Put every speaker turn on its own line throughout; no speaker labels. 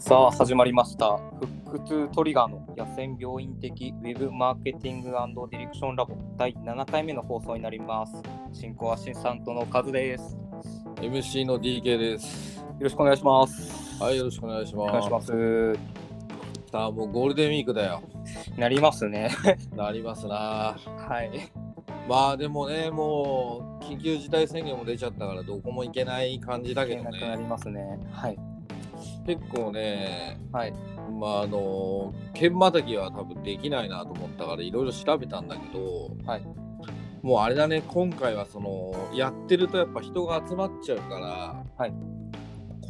さあ始まりました「腹痛トリガーの野戦病院的ウェブマーケティングディレクションラボ」第7回目の放送になります進行アシスタントのカズです
MC の DK です。
よろしくお願いします
はい、よろしくお願いし
お
ます。
願いします
さあ、もうゴールデンウィークだよ。
なりますね
なりますな。
はい
まあでもね、もう緊急事態宣言も出ちゃったから、どこも行けない感じだ
だ
け
け
ど
なくな
ね。
りますねはい
結構ね、
はい
まああの、剣またぎは多分できないなと思ったから、いろいろ調べたんだけど、
はい
もうあれだね、今回はその、やってるとやっぱ人が集まっちゃうから、
はい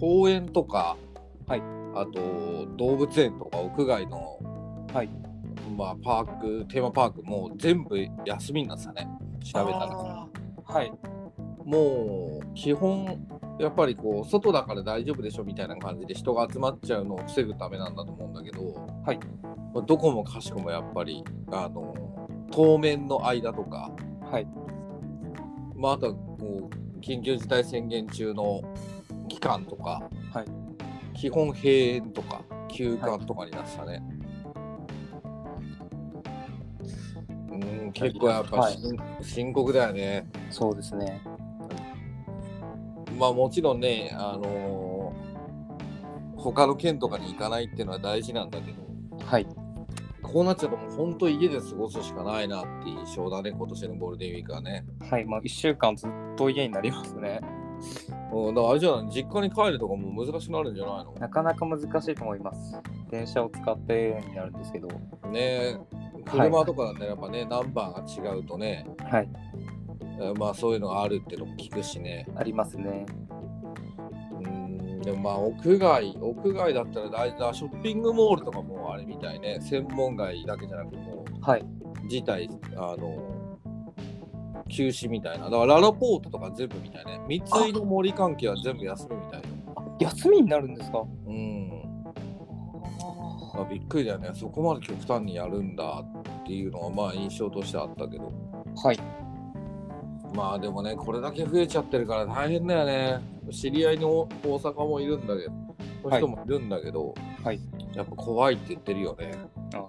公園とか、
はい
あと動物園とか屋外の
はい
まあ、パークテーマパークもう全部休みになってたね調べたら
あーはい
もう基本やっぱりこう外だから大丈夫でしょみたいな感じで人が集まっちゃうのを防ぐためなんだと思うんだけど、
はい
まあどこもかしこもやっぱりあの当面の間とか、
はい
まあ、あとはこう緊急事態宣言中の期間とか、
はい
基本閉園とか休館とかになってたね。うん結構やっぱし、深刻だよね。
そうですね
まあもちろんね、あのー他の県とかに行かないっていうのは大事なんだけど、
はい
こうなっちゃうともう本当家で過ごすしかないなっていう印象だね、今年のゴールデンウィークはね。
はいまあ1週間ずっと家になりますね
うん、だからあれじゃない、実家に帰るとかもう難しくなるんじゃないの
なかなか難しいと思います電車を使ってになるんですけど
ね車とかだったらやっぱね、ナンバーが違うとね、
はい
えーまあそういうのがあるってのも聞くしね。
ありますね
うん、でもまあ屋外、屋外だったら大事だ。ショッピングモールとかもあれみたいね、専門外だけじゃなくても、
はいう
自体、あの、休止みたいな。だからララポートとか全部みたいね。三井の森関係は全部休みみたいよ。
休みになるんですか
うん。まあ、びっくりだよね。そこまで極端にやるんだっていうのはまあ印象としてあったけど。
はい
まあでもね、これだけ増えちゃってるから大変だよね。知り合いの大阪もいるんだけど、そういう人もいるんだけど、
はい
やっぱ怖いって言ってるよね。
あ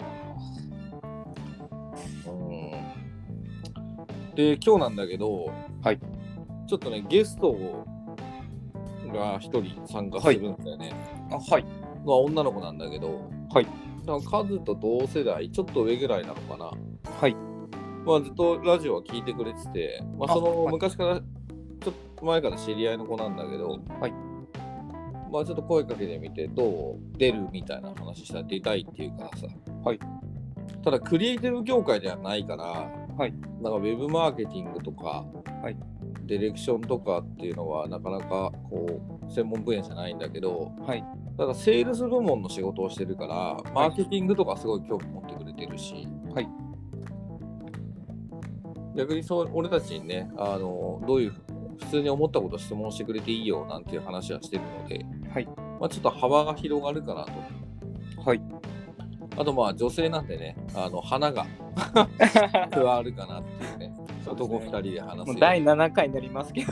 うん、で、今日なんだけど、
はい
ちょっとね、ゲストが一人参加するんだよね。
あはい
まあ女の子なんだけど、
はい
だからカズと同世代、ちょっと上ぐらいなのかな。
はい
まあ、ずっとラジオは聞いてくれてて、まあ、
あ
その
はい
昔から、ちょっと前から知り合いの子なんだけど、
はい
まあ、ちょっと声かけてみて、どう出るみたいな話したら出たいっていうからさ、
はい
ただ、クリエイティブ業界ではないから、
はい
なんかウェブマーケティングとか、
はい
ディレクションとかっていうのは、なかなかこう専門分野じゃないんだけど、
はい
ただ、セールス部門の仕事をしてるから、マーケティングとかすごい興味持ってくれてるし。
はい
逆にそう俺たちにねあのどういう普通に思ったこと質問してくれていいよなんていう話はしてるので、
はい
まあ、ちょっと幅が広がるかなと
はい
あとまあ女性なんでねあの花が加わるかなっていうね男2人で話
も
す
う
よ
第7回になりますけど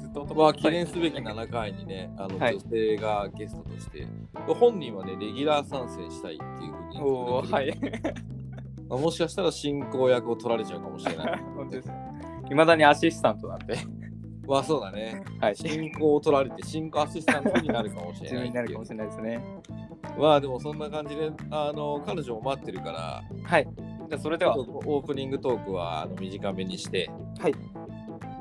ずっと男
まあ
二人
記念すべき7回にねあの
はい
女性がゲストとして、本人はねレギュラー参戦したいっていうふうに言ってくれてる
おおはい
まあもしかしたら進行役を取られちゃうかもしれない
本当ですいまだにアシスタントなんで
まあそうだね
はい
進行を取られて進行アシスタントになるかもしれ
自
な
分
い
に なるかもしれないですね
まあでもそんな感じであの彼女も待ってるから
はいじゃあそれで
では
は
オープニングトークはあの短めにして
はい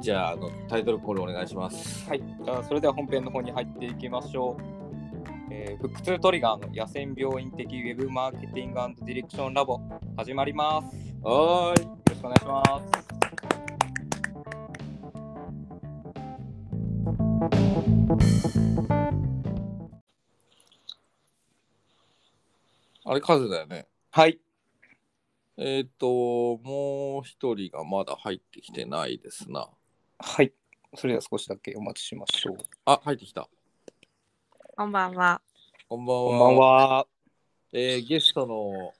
じゃああのタイトルコールお願いします
はい、じゃあそれでは本編の方に入っていきましょう。えー、腹痛トリガーの野戦病院的ウェブマーケティングディレクションラボ始まります。よ
はーい
ろしくお願いします。
あれカズだよね
はい、
えっ、ともう一人がまだ入ってきてないですな
はい、それでは少しだけお待ちしましょう。
あ入ってきた
こんばんは。
こんばんは
こんばんは。
えーゲストの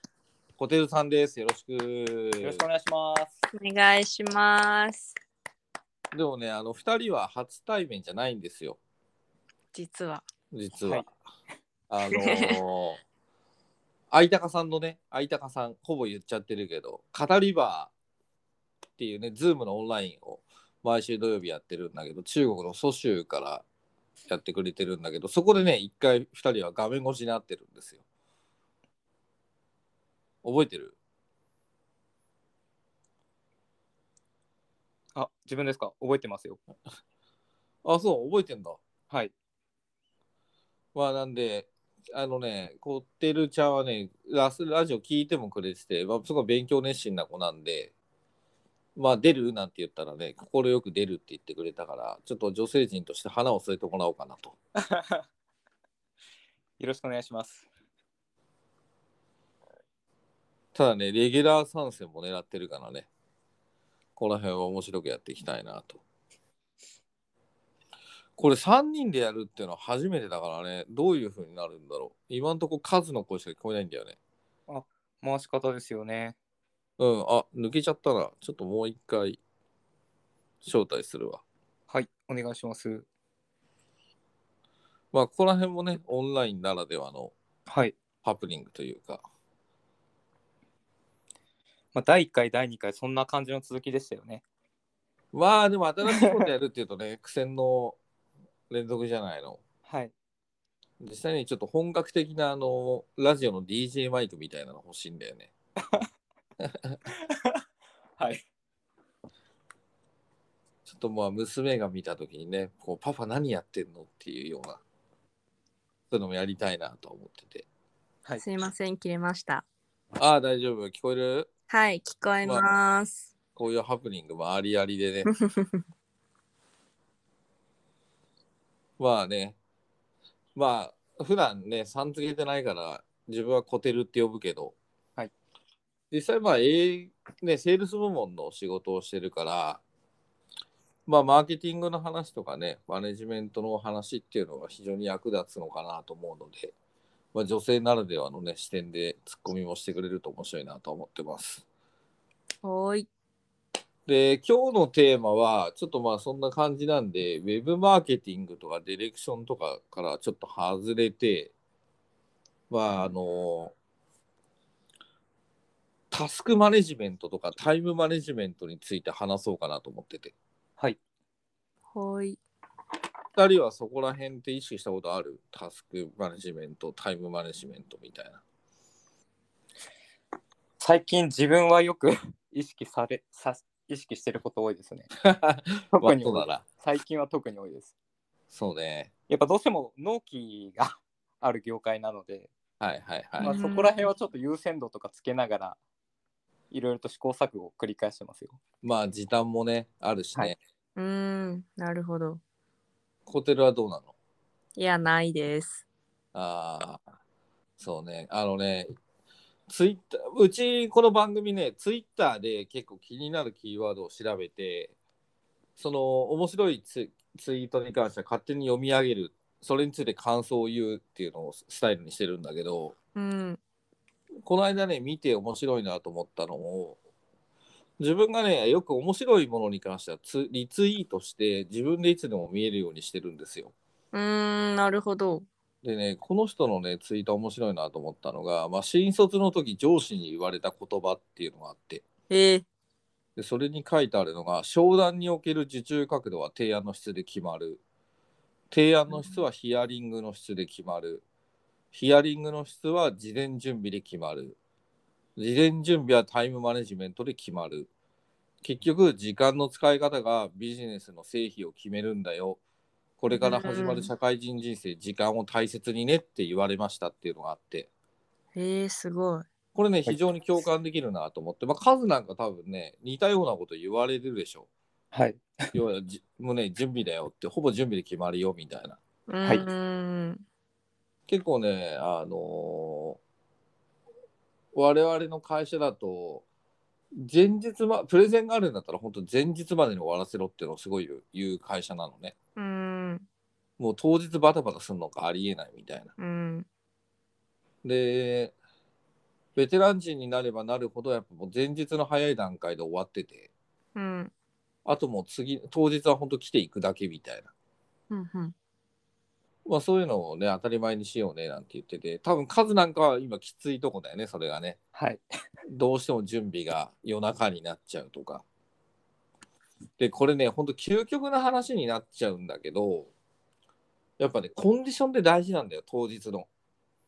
ホテルさんですよろしく
よろしくお願いします。
お願いします。
でもねあの二人は初対面じゃないんですよ
実は。
実は、
はい
あのー、相高さんのね、相高さん、ほぼ言っちゃってるけど、語り場っていうね、ズームのオンラインを毎週土曜日やってるんだけど、中国の蘇州からやってくれてるんだけど、そこでね、一回二人は画面越しになってるんですよ。覚えてる
あ、自分ですか覚えてますよ。
あ、そう、覚えてんだ。
はい。
まあなんで、あのね、こってるちゃんはね、ラスラジオ聞いてもくれてて、まあ、すごい勉強熱心な子なんで、まあ出るなんて言ったらね、快く出るって言ってくれたから、ちょっと女性陣として花を添えてもらおうかなと。
よろしくお願いします。
ただね、レギュラー参戦も狙ってるからね、この辺は面白くやっていきたいなと。これ3人でやるっていうのは初めてだからね、どういう風になるんだろう。今んとこ数の声しか聞こえないんだよね。
回し方ですよね。
うん、あ、抜けちゃったな。ちょっともう一回、招待するわ。
はい、お願いします。
まあ、ここら辺もね、オンラインならではの
はい。
ハプニングというか、
まあ、第1回、第2回、そんな感じの続きでしたよね。
まあ、でも新しいことやるっていうとね、 苦戦の連続じゃないの。
はい。
実際にちょっと本格的な、あの、ラジオの DJ マイクみたいなの欲しいんだよね。
はい。
ちょっとまあ、娘が見たときにね、こう、パパ何やってんのっていうような、そういうのもやりたいなと思ってて。
はい
すいません、切れました。
ああ、大丈夫。聞こえる
はい、聞こえます。
こういうハプニングもありあ りでね。まあね、まあ、普段ね、さん付けてないから、自分はコテルって呼ぶけど、
はい
実際、まあ、えーね、セールス部門の仕事をしてるから、まあ、マーケティングの話とかね、マネジメントの話っていうのが非常に役立つのかなと思うので、まあ、女性ならではのね、視点でツッコミもしてくれると面白いなと思ってます。
おーい。
で、今日のテーマは、ちょっとまあそんな感じなんで、ウェブマーケティングとかディレクションとかからちょっと外れて、まああの、タスクマネジメントとかタイムマネジメントについて話そうかなと思ってて。
はい。
ほーい。
二人はそこら辺って意識したことあるタスクマネジメント、タイムマネジメントみたいな。
最近、自分はよく 意識されさ意識してること多いです ね。特に
そう
多
だ
い
な。
最近は特に多いです。
そうね。
やっぱどうしても納期が ある業界なので、
はいはいはい。
まあ、そこら辺はちょっと優先度とかつけながら、いろいろと試行錯誤を繰り返してますよ。
まあ時短もね、あるしね。
はいう
ーん、なるほど。
ホテルはどうなの
いや、ないです。
ああ、そうね。あのね、ツイッター、うちこの番組ね、ツイッターで結構気になるキーワードを調べて、その面白いツイツイートに関しては勝手に読み上げる、それについて感想を言うっていうのをスタイルにしてるんだけど、
うん。
この間ね、見て面白いなと思ったのを、自分がね、よく面白いものに関してはツリツイートして、自分でいつでも見えるようにしてるんですよ。
うーん、なるほど。
でね、この人のね、ツイート面白いなと思ったのが、まあ、新卒の時上司に言われた言葉っていうのがあって、
えー、
でそれに書いてあるのが、商談における受注角度は提案の質で決まる。提案の質はヒアリングの質で決まる。ヒアリングの質は事前準備で決まる。事前準備はタイムマネジメントで決まる。結局、時間の使い方がビジネスの成否を決めるんだよ。これから始まる社会人人生、時間を大切にねって言われましたっていうのがあって。
えー、すごい。
これね、非常に共感できるなと思って、まあ、数なんか多分ね、似たようなこと言われるでしょ。
はい。
要はじ、もうね、準備だよって、ほぼ準備で決まるよみたいな。
うーん。
結構ね、あのー我々の会社だと、前日ま、プレゼンがあるんだったら、本当前日までに終わらせろっていうのをすごい言う言う会社なのね。
うーん。
もう当日バタバタするのかありえないみたいな。
うん。
で、ベテラン人になればなるほど、やっぱもう前日の早い段階で終わってて、
うん。
あともう次、当日は本当来ていくだけみたいな。
うん。
まあ、そういうのをね当たり前にしようねなんて言ってて多分数なんかは今きついとこだよねそれがね
はい。
どうしても準備が夜中になっちゃうとかでこれねほんと究極な話になっちゃうんだけどやっぱねコンディションって大事なんだよ当日の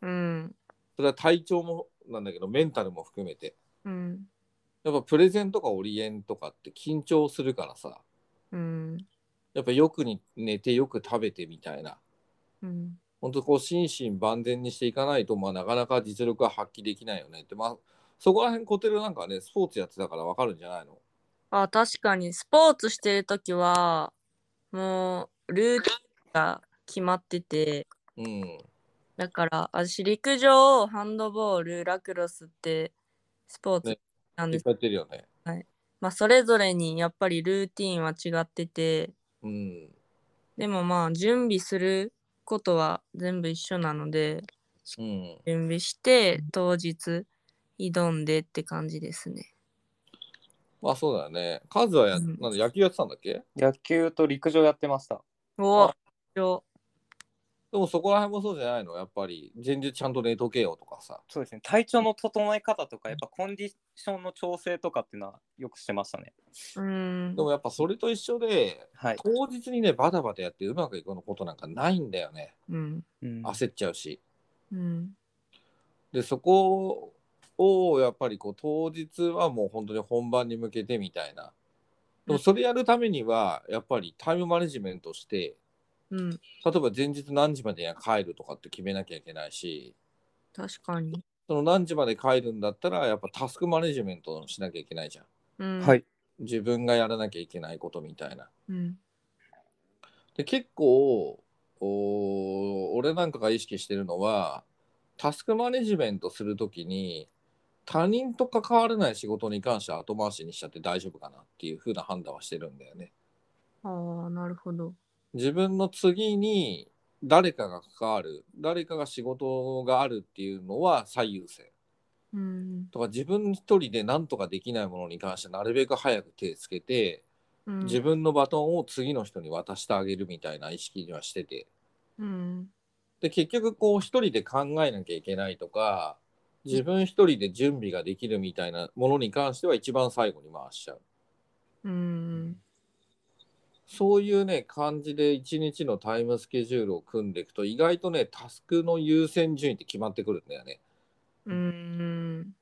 うん
それは体調もなんだけどメンタルも含めて
うん
やっぱプレゼンとかオリエンとかって緊張するからさ
うん
やっぱよくに寝てよく食べてみたいな
うん
本当こう心身万全にしていかないと、まあ、なかなか実力は発揮できないよねって、まあ、そこら辺小テルなんかねスポーツやってたからわかるんじゃないの
あ確かにスポーツしてる時はもうルーティンが決まってて
うん
だから私陸上ハンドボールラクロスってスポーツ
ね
なん
い
で
っ
す、
ぱいやってるよね
まあそれぞれにやっぱりルーティンは違ってて
うん
でもまあ準備することは全部一緒なので
うん
準備して当日挑んでって感じですね。
まあそうだよねカズはや、
うん
なんだ野球やってたんだっけ
野球と陸上やってました。
お
あ
お
でもそこら辺もそうじゃないのやっぱり前日ちゃんと寝とけよとかさ
そうですね。体調の整え方とか、やっぱコンディションの調整とかっていうのはよくしてましたね。
うん
でもやっぱそれと一緒で
はい。
当日にねバタバタやってうまくいくのことなんかないんだよね
うん
うん
焦っちゃうし
うん
でそこをやっぱりこう当日はもう本当に本番に向けてみたいなでもそれやるためにはやっぱりタイムマネジメントして
うん
例えば前日何時までには帰るとかって決めなきゃいけないし
確かに。
その何時まで帰るんだったらやっぱタスクマネジメントをしなきゃいけないじゃん
うん、。
はいい。
自分がやらなきゃいけないことみたいな
うん
で結構お俺なんかが意識してるのはタスクマネジメントするときに他人と関わらない仕事に関しては後回しにしちゃって大丈夫かなっていう風な判断はしてるんだよね。
ああなるほど。
自分の次に誰かが関わる誰かが仕事があるっていうのは最優先
うん
とか自分一人で何とかできないものに関してはなるべく早く手つけて
うん
自分のバトンを次の人に渡してあげるみたいな意識にはしてて
うん
で結局こう一人で考えなきゃいけないとか自分一人で準備ができるみたいなものに関しては一番最後に回しちゃう
うん
そういうね感じで一日のタイムスケジュールを組んでいくと意外とねタスクの優先順位って決まってくるんだよね
うん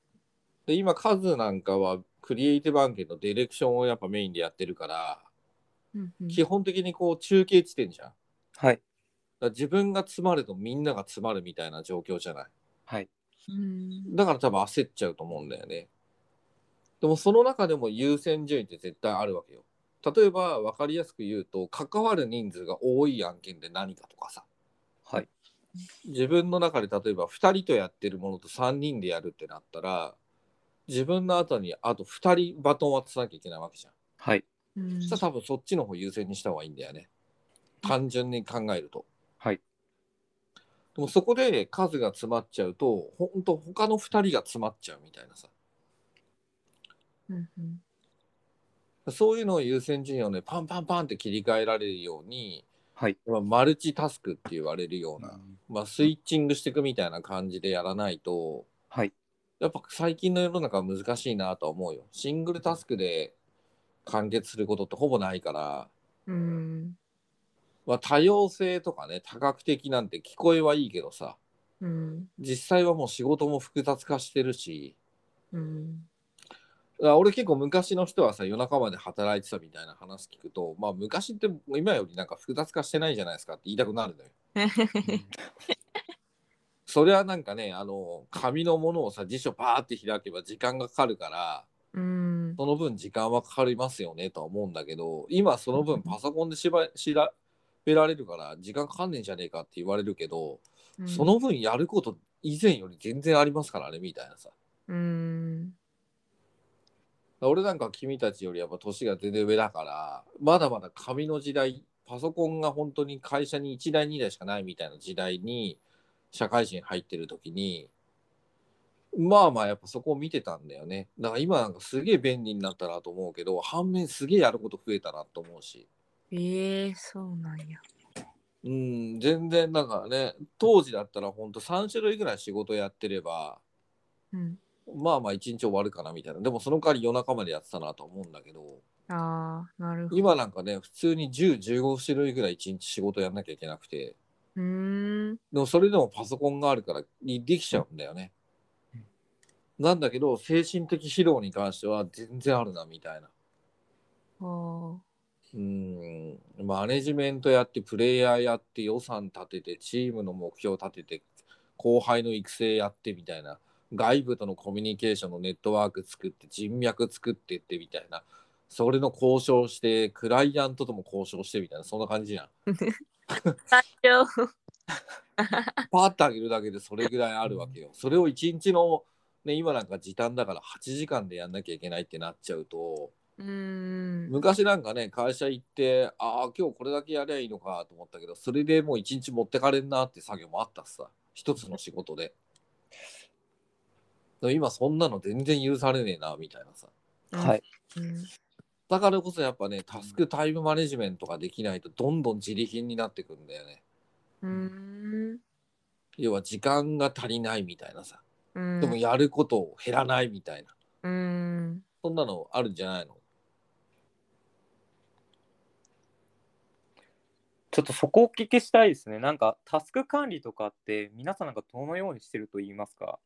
で今カズなんかはクリエイティブ案件のディレクションをやっぱメインでやってるから
うん
基本的にこう中継地点じゃんだか
はい。
ら自分が詰まるとみんなが詰まるみたいな状況じゃない
はい。
うん
だから多分焦っちゃうと思うんだよね。でもその中でも優先順位って絶対あるわけよ。例えば分かりやすく言うと関わる人数が多い案件で何かとかさ
はい。
自分の中で例えば2人とやってるものと3人でやるってなったら自分の後にあと2人バトン渡さなきゃいけないわけじゃん。
はい。
う
そ
ん
したら多分そっちの方優先にした方がいいんだよね。単純に考えると。
はい。
でもそこで数が詰まっちゃうとほんと他の2人が詰まっちゃうみたいなさ。
うんうん
そういうのを優先順位をねパンパンパンって切り替えられるように、
はい。
まあ、マルチタスクって言われるような、まあ、スイッチングしていくみたいな感じでやらないと
はい。
やっぱ最近の世の中は難しいなとは思うよシングルタスクで完結することってほぼないから、
うん
まあ、多様性とかね多角的なんて聞こえはいいけどさ
うん
実際はもう仕事も複雑化してるし
うん
だから俺結構昔の人はさ夜中まで働いてたみたいな話聞くとまあ昔って今よりなんか複雑化してないじゃないですかって言いたくなるのよ。それはなんかねあの紙のものをさ辞書バーって開けば時間がかかるから
うん
その分時間はかかりますよねとは思うんだけど今その分パソコンでしば調べられるから時間かかんねえんじゃねえかって言われるけどその分やること以前より全然ありますからねみたいなさ。
うん
俺なんか君たちよりやっぱ年が全然上だからまだまだ紙の時代パソコンが本当に会社に1台2台しかないみたいな時代に社会人入ってる時にまあまあやっぱそこを見てたんだよねだから今なんかすげえ便利になったなと思うけど反面すげえやること増えたなと思うし
ええそうなんや
うん、全然だからね、当時だったら本当3種類ぐらい仕事やってれば、
うん。
まあまあ一日終わるかなみたいな。でもその代わり夜中までやってたなと思うんだけど、
ああ、なるほど。
今なんかね、普通に10、15種類ぐらい一日仕事やんなきゃいけなくて、
うーん。
でもそれでもパソコンがあるからできちゃうんだよね。なんだけど、精神的疲労に関しては全然あるなみたいな。
あ
うんマネジメントやってプレイヤーやって予算立ててチームの目標立てて後輩の育成やってみたいな外部とのコミュニケーションのネットワーク作って人脈作ってってみたいなそれの交渉してクライアントとも交渉してみたいなそんな感じじゃん。
あ。最長。
パーッと上げるだけでそれぐらいあるわけよ。それを1日の、ね、今なんか時短だから8時間でやんなきゃいけないってなっちゃうと
うーん。
昔なんかね会社行ってああ今日これだけやりゃいいのかと思ったけどそれでもう一日持ってかれんなって作業もあったしさ一つの仕事で。でも今そんなの全然許されねえなみたいなさ
はい。
うん
だからこそやっぱねタスクタイムマネジメントができないとどんどん自利品になってくんだよね
うーん。
要は時間が足りないみたいなさ
うん。
でもやることを減らないみたいな
うん。
そんなのあるんじゃないの
ちょっとそこをお聞きしたいですね。なんかタスク管理とかって皆さんなんかどのようにしてると言いますか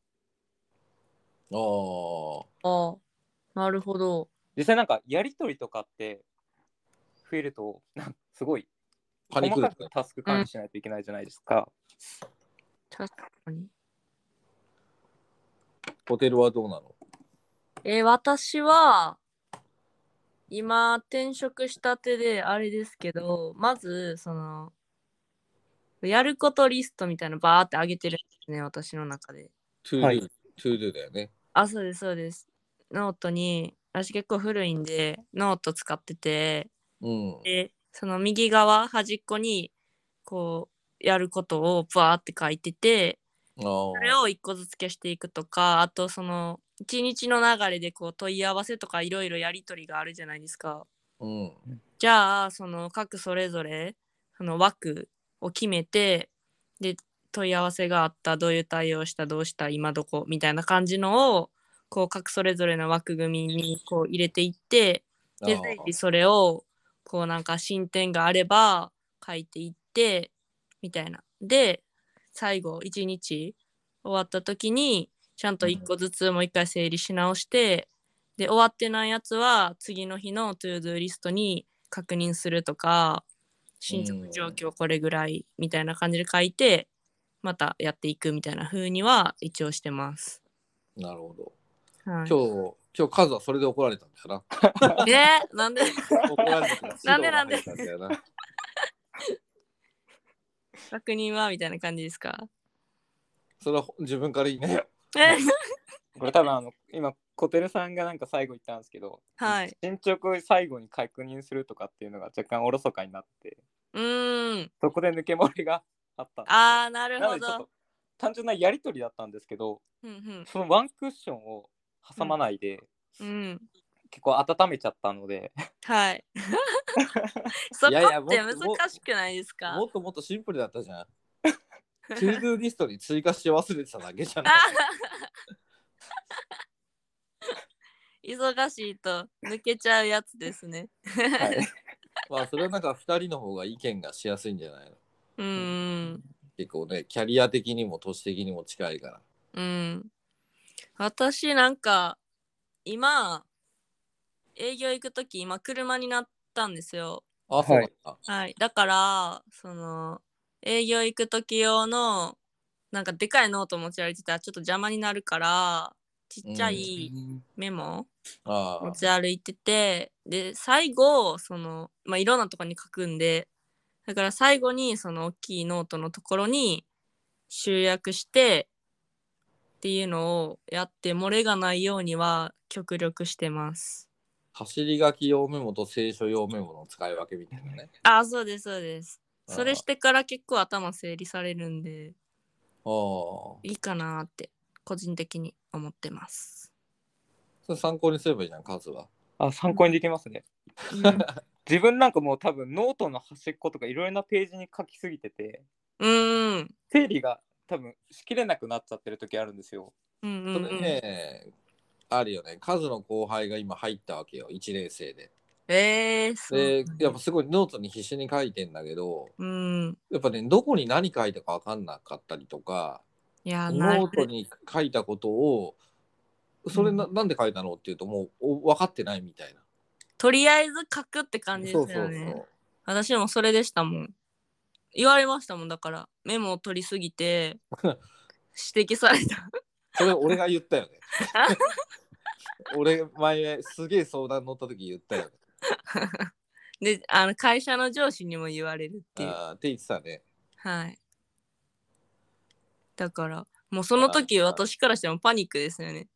あ
ああ。なるほど。
実際なんかやりとりとかって増えるとなんかすごい
あパニ
細
クる
かくタスク管理しないといけないじゃないですか。
確かに。
ホテルはどうなの
えー私は今転職したてであれですけどまずそのやることリストみたいなのバーって上げてるんですね私の中で
トゥードゥ、
はい
トゥードゥだよね
あそうですそうですノートに私結構古いんでノート使ってて
うん
でその右側端っこにこうやることをバーって書いてて
あ
それを一個ずつ消していくとかあとその一日の流れでこう問い合わせとかいろいろやり取りがあるじゃないですか。
あ、うん、
じゃあその各それぞれその枠を決めてで問い合わせがあったどういう対応したどうした今どこみたいな感じのをこう各それぞれの枠組みにこう入れていってで
あ
随時それをこうなんか進展があれば書いていってみたいなで最後1日終わった時にちゃんと1個ずつもう一回整理し直して、で終わってないやつは次の日のトゥードゥーリストに確認するとか進捗状況これぐらいみたいな感じで書いて、またやっていくみたいな風には一応してます。
なるほど
は
今
い、
日今日カズはそれで怒られたんだ よ
えーなんで
な怒られたから
なんでなんで
指導が入ったんだよな
確認はみたいな感じですか
それは自分から言いなよ
え
これ多分あの今コテルさんがなんか最後言ったんですけど、
はい
進捗を最後に確認するとかっていうのが若干おろそかになって
うーん
そこで抜け漏れがあったんですよ
ああなる
なの
ほ
でちょっ
ど
と。単純なやり取りだったんですけど
うんうん
そのワンクッションを挟まないで、
うん
結構温めちゃったの で
はい。そこっ
いやいやもってとも
難しくないですか
もっともっとシンプルだったじゃんトゥードゥリストに追加して忘れてただけじゃ ない
あ忙しいと抜けちゃうやつです ね。
はい
まあそれはなんか2人の方が意見がしやすいんじゃないの
うーん。
結構ねキャリア的にも都市的にも近いから
うん。私なんか今営業行く時今車になったんですよ。
あそうなんだ、
はい、だからその営業行く時用のなんかでかいノート持ち歩いてたらちょっと邪魔になるからちっちゃいメモ
あ
持
あ
ち歩いててで最後その、まあ、いろんなとこに書くんでだから最後にその大きいノートのところに集約してっていうのをやって漏れがないようには極力してます。
走り書き用メモと聖書用メモの使い分けみたいなね
あーそうですそうです。そ
あ
れ
ー
してから結構頭整理されるんで。
ああ
いいかなって個人的に思ってます。
それ参考にすればいいじゃん、数は。
あ参考にできますね
うん
自分なんかもう多分ノートの端っことかいろいろなページに書きすぎてて
うーん。
整理が多分しきれなくなっちゃってる時あるんですよ。
うんうん
そ
うん
れね、あるよね。カズの後輩が今入ったわけよ、1年生で。
えー、そう。
で、やっぱすごいノートに必死に書いてんだけど、
うん。
やっぱね、どこに何書いたか分かんなかったりとか、
いや、な
ノ
る
ートに書いたことを、それな,、ん、で書いたのっていうと、もうお分かってないみたいな。
とりあえず書くって感じです
そ
よ
うそ
ね。
うそう。
私もそれでしたもん。言われましたもんだからメモを取りす ぎて指摘された。
それ俺が言ったよね。俺、前、すげえ相談乗った時言ったよね。
であの会社の上司にも言われるっていう。
あーって言ってたね。
はい。だからもうその時
あー
私からしてもパニックですよね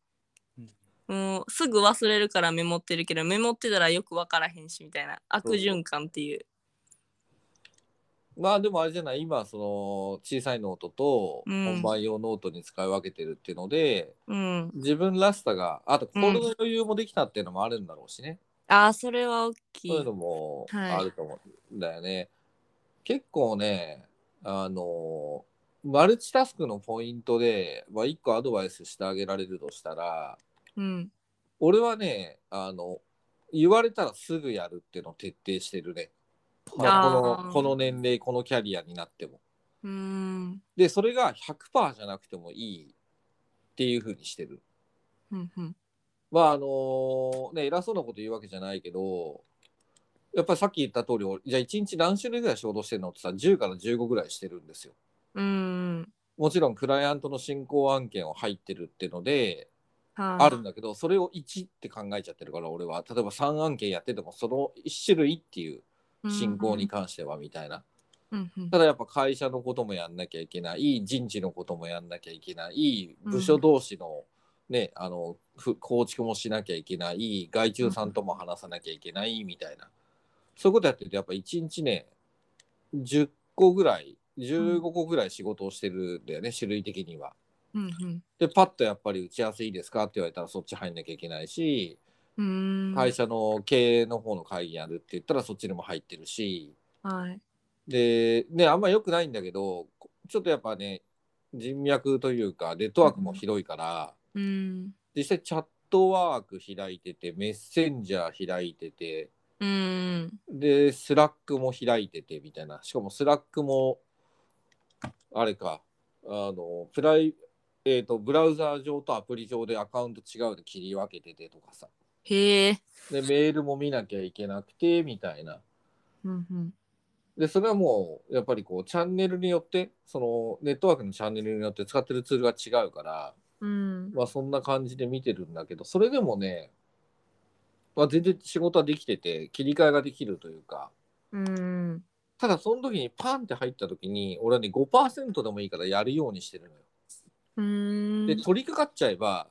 うん。
もうすぐ忘れるからメモってるけどメモってたらよくわからへんしみたいな悪循環っていう。
まあでもあれじゃない今その小さいノートと
うん
本番用ノートに使い分けてるっていうので、
うん。
自分らしさがあと心の余裕もできたっていうのもあるんだろうしね、
ああそれは大きい。
そういうのもあると思うんだよね。結構ねあのマルチタスクのポイントで、まあ、1個アドバイスしてあげられるとしたら
うん。
俺はねあの言われたらすぐやるっていうのを徹底してるね、まあこ
あー
のこの年齢このキャリアになっても。
うーん。
でそれが100%じゃなくてもいいっていうふうにしてる。
うんうん。
まああのね偉そうなこと言うわけじゃないけどやっぱりさっき言った通り俺じゃあ1日何種類ぐらい仕事してるのってさ10から15ぐらいしてるんですよ。
うん。
もちろんクライアントの進行案件を入ってるっていうので
あ
あるんだけどそれを1って考えちゃってるから俺は例えば3案件やっててもその1種類っていう進行に。関してはみたいな。
うんうん
ただやっぱ会社のこともやんなきゃいけない人事のこともやんなきゃいけない部署同士の,、ねあのふ構築もしなきゃいけない外注さんとも話さなきゃいけないみたいなそういうことやってるとやっぱ1日ね10個ぐらい15個ぐらい仕事をしてるんだよね、種類的には。
うんうん
でパッとやっぱり打ち合わせいいですかって言われたらそっち入んなきゃいけないし
うーん
会社の経営の方の会議やるって言ったらそっちにも入ってるし。
はい。
でねあんま良くないんだけどこちょっとやっぱね人脈というかネットワークも広いから、
うん。
実際チャットワーク開いててメッセンジャー開いてて
うん。
でスラックも開いててみたいなしかもスラックもあれかあのプライえー、とブラウザー上とアプリ上でアカウント違うで切り分けててとかさ
へえ。
でメールも見なきゃいけなくてみたいな
うんうん。
でそれはもうやっぱりこうチャンネルによってそのネットワークのチャンネルによって使ってるツールが違うから、
うん。
まあ、そんな感じで見てるんだけどそれでもね、まあ、全然仕事はできてて切り替えができるというか
うん。
ただその時にパンって入った時に俺はね5%でもいいからやるようにしてるのよ。
うん。
で取り掛かっちゃえば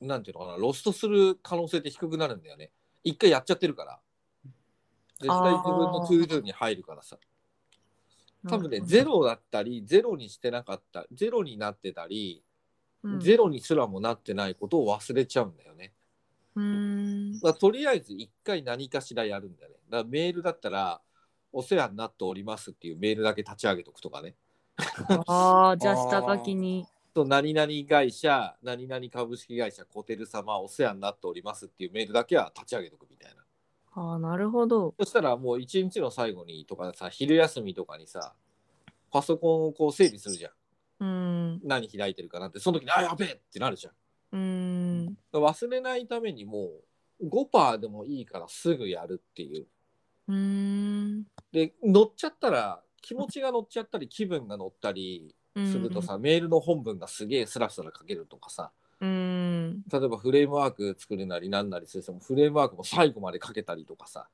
なんていうのかなロストする可能性って低くなるんだよね。一回やっちゃってるから絶対自分のツールに入るからさ。多分ね、ゼロだったり、ゼロにしてなかった、ゼロになってたり、
うん
ゼロにすらもなってないことを忘れちゃうんだよね。
うん。
だからとりあえず一回何かしらやるんだよね。だからメールだったら、お世話になっておりますっていうメールだけ立ち上げとくとかね。
ああ、じゃあ下書きに。
と何々会社、何々株式会社、コテル様、お世話になっておりますっていうメールだけは立ち上げとくみたいな。
ああ、なるほど。
そしたらもう一日の最後にとかさ、昼休みとかにさ、パソコンをこう整理するじゃん。
うん。
何開いてるかなって、その時に、あ、やべえってなるじゃん。
うん。
忘れないためにもう5%でもいいからすぐやるっていう
うん。
で乗っちゃったら気持ちが乗っちゃったり気分が乗ったりするとさ、メールの本文がすげえスラスラ書けるとかさ
うん。
例えばフレームワーク作るなりなんなりする人もフレームワークも最後まで書けたりとかさ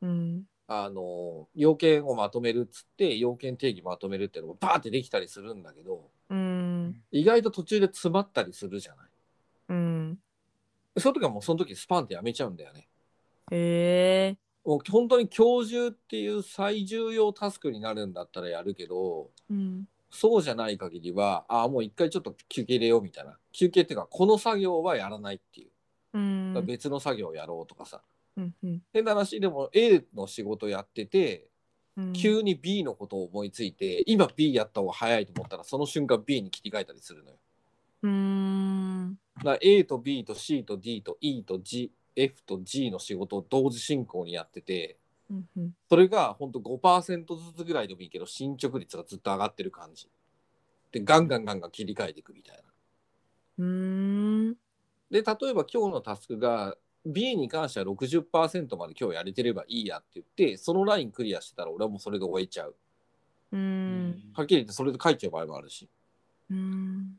うん。
あの要件をまとめるっつって要件定義まとめるっていうのもバーってできたりするんだけど
うん。
意外と途中で詰まったりするじゃない
うん。
その時はもうその時スパンってやめちゃうんだよね
へえ。
もう本当に今日中っていう最重要タスクになるんだったらやるけど
うん。
そうじゃない限りはああもう一回ちょっと休憩入れようみたいな休憩っていうかこの作業はやらないっていう
うん。
別の作業をやろうとかさ、
うんうん
変な話でも A の仕事やってて
うん
急に B のことを思いついて今 B やった方が早いと思ったらその瞬間 B に切り替えたりするのよ。
うーん
だから A と B と C と D と E と GF と G の仕事を同時進行にやってて
うんうん
それがほんと5%ずつぐらいでもいいけど進捗率がずっと上がってる感じでガンガンガンガン切り替えていくみたいな。
うーん
で例えば今日のタスクが B に関しては60%まで今日やれてればいいやって言ってそのラインクリアしてたら俺はもうそれで終えちゃう
うーん
はっきり言ってそれで書いちゃう場合もあるし
うーん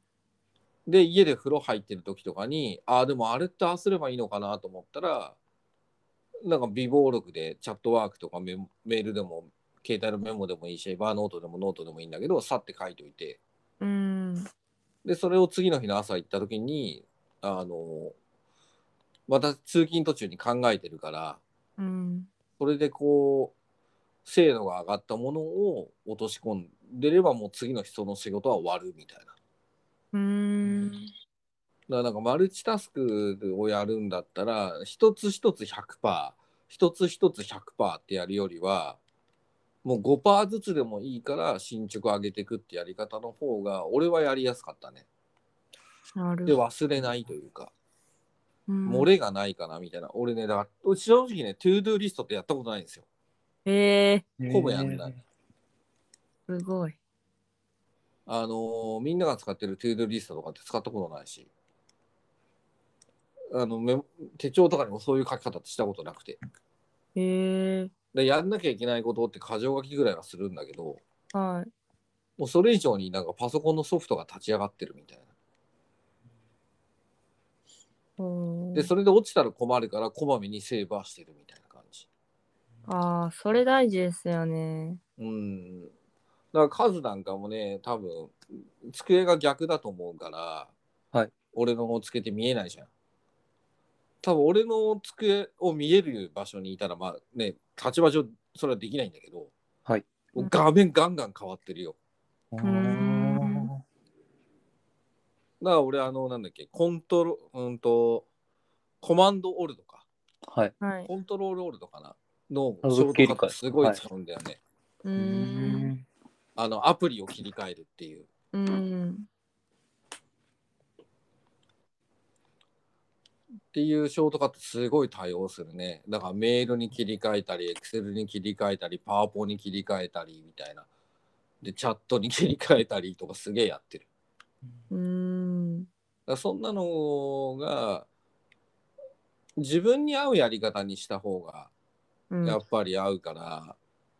で家で風呂入ってる時とかにああでもあれってああすればいいのかなと思ったらなんか微暴録でチャットワークとかメモメールでも携帯のメモでもいいしエバーノートでもノートでもいいんだけどさって書いておいて
うーん
でそれを次の日の朝行った時にあのまた通勤途中に考えてるから
うん
それでこう精度が上がったものを落とし込んでればもう次の人の仕事は終わるみたいな。だか
うーん
らなんかマルチタスクをやるんだったら一つ一つ100%一つ一つ100%ってやるよりはもう5%ずつでもいいから進捗上げていくってやり方の方が俺はやりやすかったね。
なる
で忘れないというか
漏
漏れがないかなみたいな俺ねだから正直ねトゥードゥーリストってやったことないんですよ。
え
ほぼやんない。
ー、すごい。
あのーみんなが使ってるトゥードゥーリストとかって使ったことないし、あのメモ手帳とかにもそういう書き方ってしたことなくて、
えー、
でやんなきゃいけないことって箇条書きぐらいはするんだけど、
はい。
もうそれ以上になんかパソコンのソフトが立ち上がってるみたい
お
な。
ー
で、それで落ちたら困るから、こまめにセーバーしてるみたいな感じ。
ああ、それ大事ですよね。
うん。だから数なんかもね、多分、机が逆だと思うから、
はい
俺のをつけて見えないじゃん。多分俺の机を見える場所にいたら、まあね、立場上それはできないんだけど、
はい
もう画面ガンガン変わってるよ。
う
うん
だから俺、あの、なんだっけ、コントロ、うんと、コマンドオルドか、
はい。
はい。
コントロールオルドかな、の
あ
ショート
切り替
カット
え
すごい使うんだよね。
うーん。
あの、アプリを切り替えるっていう。
うーん。
っていうショートカットすごい対応するね。だからメールに切り替えたり、エクセルに切り替えたり、パワポに切り替えたりみたいな。で、チャットに切り替えたりとかすげえやってる。
うーん。
だからそんなのが自分に合うやり方にした方が
うん
やっぱり合うから、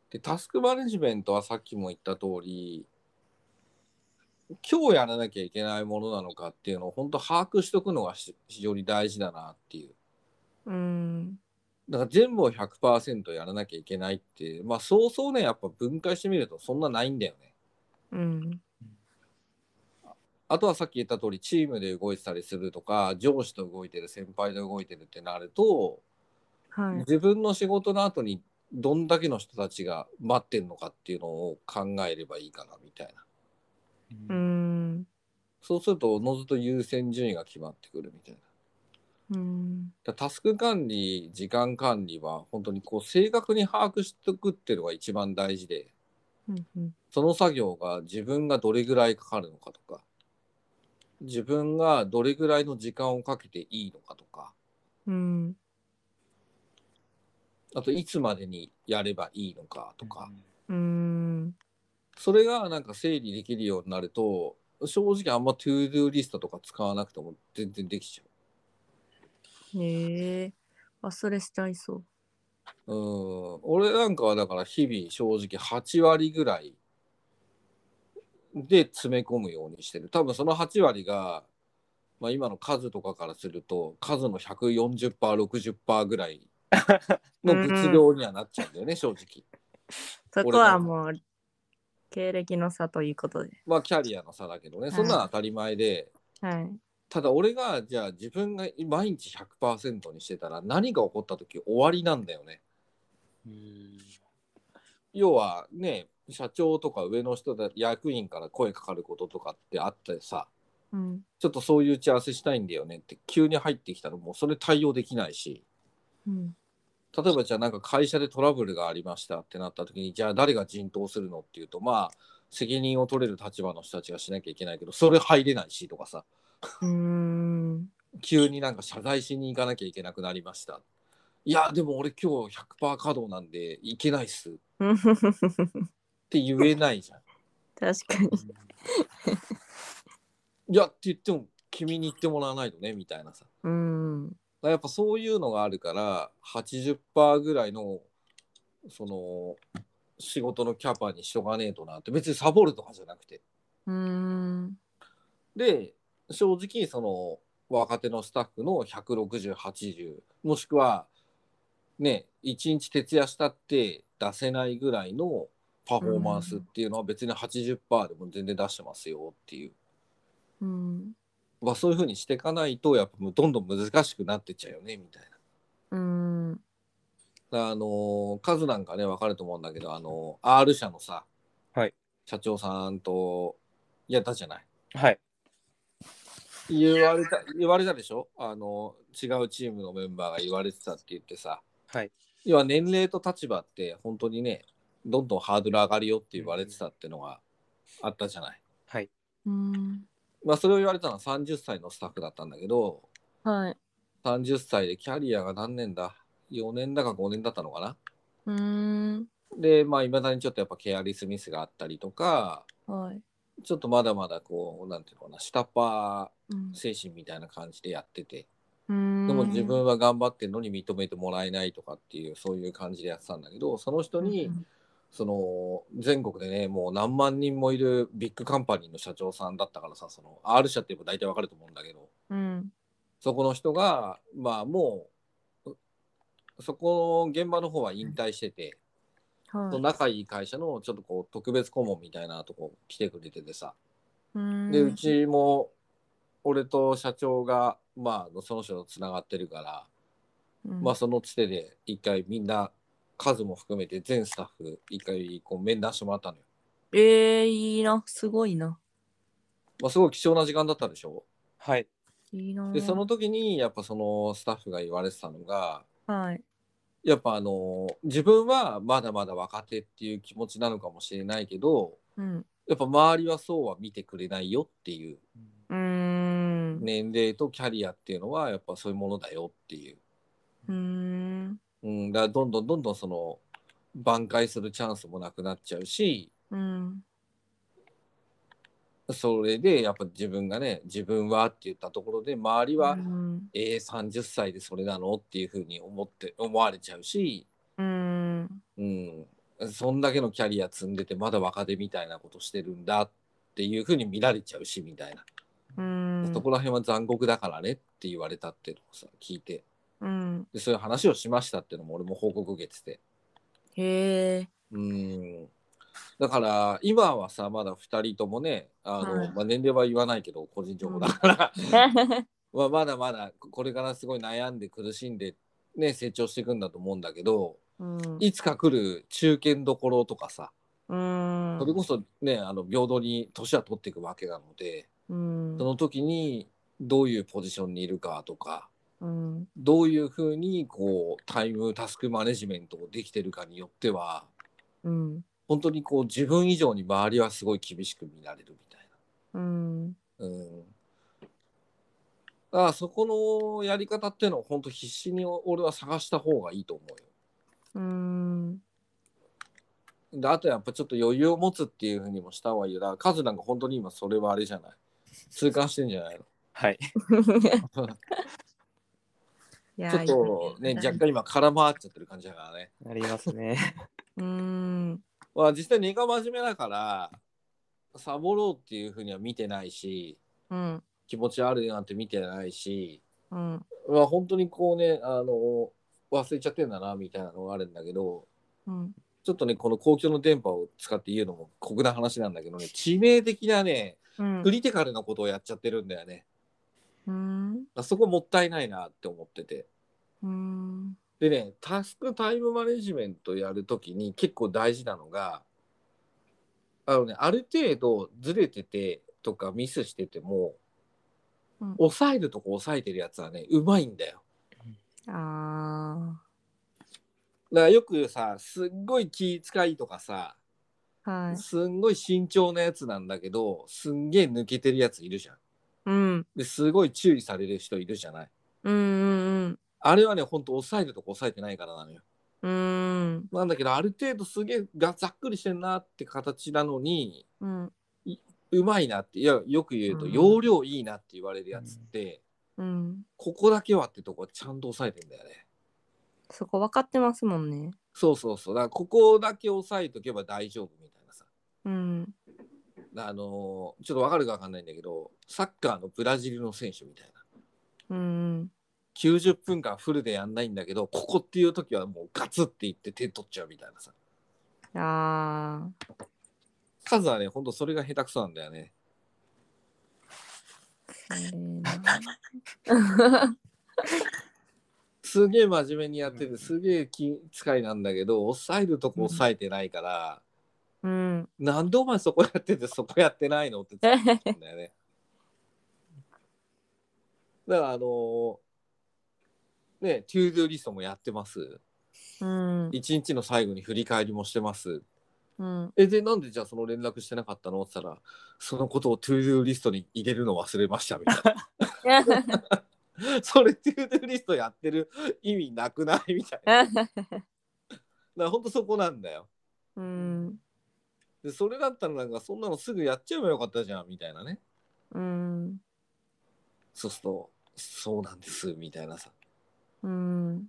でタスクマネジメントはさっきも言った通り今日やらなきゃいけないものなのかっていうのを本当把握しとくのが非常に大事だなっていう。
うん。
だから全部を100%やらなきゃいけないって、まあそうそうね、やっぱ分解してみるとそんなないんだよね。
うん。
あとはさっき言った通り、チームで動いてたりするとか、上司と動いてる、先輩と動いてるってなると、
はい。
自分の仕事の後にどんだけの人たちが待ってるのかっていうのを考えればいいかなみたいな。
うーん。
そうすると、おのずと優先順位が決まってくるみたいな。
うん。
だからタスク管理、時間管理は本当にこう正確に把握しておくっていうのが一番大事で。
うんうん。
その作業が自分がどれぐらいかかるのかとか自分がどれぐらいの時間をかけていいのかとか
うん。
あといつまでにやればいいのかとか、
うん。
それがなんか整理できるようになると正直あんまトゥードゥーリストとか使わなくても全然できちゃ
ええー。忘れしちゃいそう。
う。うん俺なんかはだから日々正直8割ぐらいで詰め込むようにしてる多分その8割が、まあ、今の数とかからすると数の 140%60% ぐらいの物量にはなっちゃうんだよね、正直
そこはもう、経歴の差ということで。
まあキャリアの差だけどねそんなの当たり前で、
はい。
ただ俺がじゃあ自分が毎日100%にしてたら何が起こった時終わりなんだよね要はね社長とか上の人だ役員から声かかることとかってあってさ
うん。
ちょっとそういう打ち合わせしたいんだよねって急に入ってきたらもうそれ対応できないし
うん。
例えばじゃあなんか会社でトラブルがありましたってなった時にじゃあ誰が陣頭するのっていうとまあ責任を取れる立場の人たちがしなきゃいけないけどそれ入れないしとかさ
うーん。
急になんか謝罪しに行かなきゃいけなくなりましたいやでも俺今日100%稼働なんで行けないっすっ
確
て言えないじゃん
かに。
いやって言っても君に言ってもらわないとねみたいなさ
うん。
やっぱそういうのがあるから80%ぐらいのその仕事のキャパにしとかねえとなって別にサボるとかじゃなくて
うーん。
で正直その若手のスタッフの16080もしくはね1日徹夜したって出せないぐらいのパフォーマンスっていうのは別に80%でも全然出してますよっていう、
うん。
まあ、そういうふうにしていかないとやっぱもうどんどん難しくなってっちゃうよねみたいな。
うん。
あのーカズなんかね分かると思うんだけどあのー R 社のさ、
はい
社長さんとやったじゃない
はい。
言われた言われたでしょあのー違うチームのメンバーが言われてたって言ってさ
はい。
要は年齢と立場って本当にねどんどんハードル上がるよって言われてたってのがあったじゃない、
はい。
うん。
まあ、それを言われたのは30歳のスタッフだったんだけど
はい。
30歳でキャリアが何年だ4年だか5年だったのかな
うーん。
でまあいまだにちょっとやっぱケアリスミスがあったりとか
はい。
ちょっとまだまだこうなんていうのかな下っ端
うん
精神みたいな感じでやってて
うーん
でも自分は頑張ってるのに認めてもらえないとかっていうそういう感じでやってたんだけどその人にその全国でねもう何万人もいるビッグカンパニーの社長さんだったからさその R 社って言えば大体わかると思うんだけど
うん。
そこの人がまあもうそこの現場の方は引退してて。
は
その
い。
仲いい会社のちょっとこう特別顧問みたいなとこ来てくれててさ、
うーん
でうちも俺と社長がまあその人とつながってるから、
うん
まあそのつてで一回みんな数も含めて全スタッフ一回こう面談してもらったのよ、
ええいいな。すごいな。
まあ、すごい貴重な時間だったでしょ
はい。
いいな。
でその時にやっぱそのスタッフが言われてたのが
はい。
やっぱあの自分はまだまだ若手っていう気持ちなのかもしれないけど
うん。
やっぱ周りはそうは見てくれないよっていう
うーん。
年齢とキャリアっていうのはやっぱそういうものだよっていう、
うーん。
うん、だからどんどんどんどんその挽回するチャンスもなくなっちゃうし
うん。
それでやっぱ自分がね自分はって言ったところで周りは、
うん。
えー、30歳でそれなのっていうふうに思って思われちゃうし、
うん。
うん、そんだけのキャリア積んでてまだ若手みたいなことしてるんだっていうふうに見られちゃうしみたいな、
うん。
そこら辺は残酷だからねって言われたっていうのをさ聞いて
うん。
でそういう話をしましたっていうのも俺も報告受けてて。
へえ。
うんだから今はさまだ2人ともねあの、
はい
まあ、年齢は言わないけど個人情報だから、 まあまだまだこれからすごい悩んで苦しんで、ね、成長していくんだと思うんだけど
うん。
いつか来る中堅どころとかさ
うん。
それこそねあの平等に年は取っていくわけなので
うん
そ。の時にどういうポジションにいるかとか
うん。
どういうふうにこうタイムタスクマネジメントをできてるかによっては
うん。
本当にこう自分以上に周りはすごい厳しく見られるみたい
うん。
な。うんだからそこのやり方っていうのを本当必死に俺は探した方がいいと思う
うん。
よ。であとやっぱちょっと余裕を持つっていうふうにもした方がいいよ。だから数なんか本当に今それはあれじゃない。痛感してんじゃないの。
はい。
いや
ちょっとね
いい
若干今空回っちゃってる感じだからね。
なりますね。
うん。
まあ実際根が真面目だからサボろうっていうふうには見てないし
うん。
気持ち悪いなんて見てないし
うん。
まあ本当にこうねあの忘れちゃってんだなみたいなのがあるんだけど
うん。
ちょっとねこの公共の電波を使って言うのも酷な話なんだけどね致命的なね
うん
クリティカルなことをやっちゃってるんだよね
うん。
あそこもったいないなって思ってて
うん。
でねタスクタイムマネジメントやるときに結構大事なのがあのねある程度ずれててとかミスしてても
うん
抑えるとこ抑えてるやつはねうまいんだよ
ああ。
だからよくさすっごい気遣いとかさ
はい。
すんごい慎重なやつなんだけどすんげえ抜けてるやついるじゃん。
うん。
ですごい注意される人いるじゃない。
うんうん
あれはねほんと抑えるとこ抑えてないからなのよ。
うん。うん。
なんだけどある程度すげえがざっくりしてんなって形なのに
うん。
うまいなっていやよく言うと
うん
容量いいなって言われるやつって、
うん。
ここだけはってとこちゃんと抑えてんだよね。
そこ分かってますもんね。
そうそうそうだからここだけ抑えとけば大丈夫みたいなさ。
うん。
あのーちょっとわかるかわかんないんだけどサッカーのブラジルの選手みたいな
うん。
90分間フルでやんないんだけどここっていう時はもうガツっていって点取っちゃうみたいなさ
あ
カズはねほんとそれが下手くそなんだよね
あ。え
すげえ真面目にやっててすげえ気遣いなんだけど抑えるとこ抑えてないから、
えな。うん。
なんでお前そこやっててそこやってないのってずっと思うんだよねだからあのーねトゥードゥーリストもやってます
うん。
一日の最後に振り返りもしてます
うん。
えでなんでじゃあその連絡してなかったのって言ったらそのことをトゥードゥーリストに入れるの忘れましたみたいなそれトゥードゥーリストやってる意味なくないみたいなだからほんとそこなんだよ
うん。
でそれだったらなんかそんなのすぐやっちゃえばよかったじゃんみたいなね
うん。
そうするとそうなんですみたいなさだ
うん。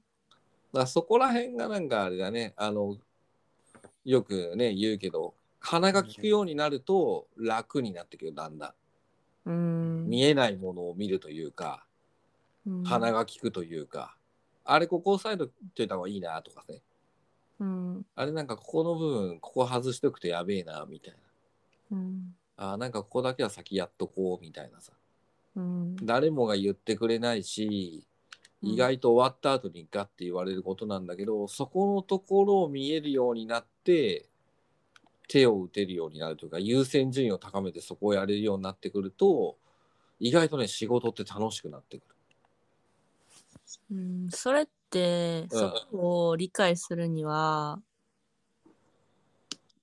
からそこら辺がなんかあれだねあのよくね言うけど鼻が利くようになると楽になってくるだんだ
うん
ん。見えないものを見るというか鼻が利くというか、あれここ押さえといた方がいいなとかね
うん。
あれなんかここの部分ここ外しとくとやべえなみたい
うん。
なあーなんかここだけは先やっとこうみたいなさ
うん。
誰もが言ってくれないし
うん
意外と終わった後にガッて言われることなんだけど、そこのところを見えるようになって手を打てるようになるというか優先順位を高めてそこをやれるようになってくると意外とね仕事って楽しくなってくる。
うんそれって、そこを理解するには、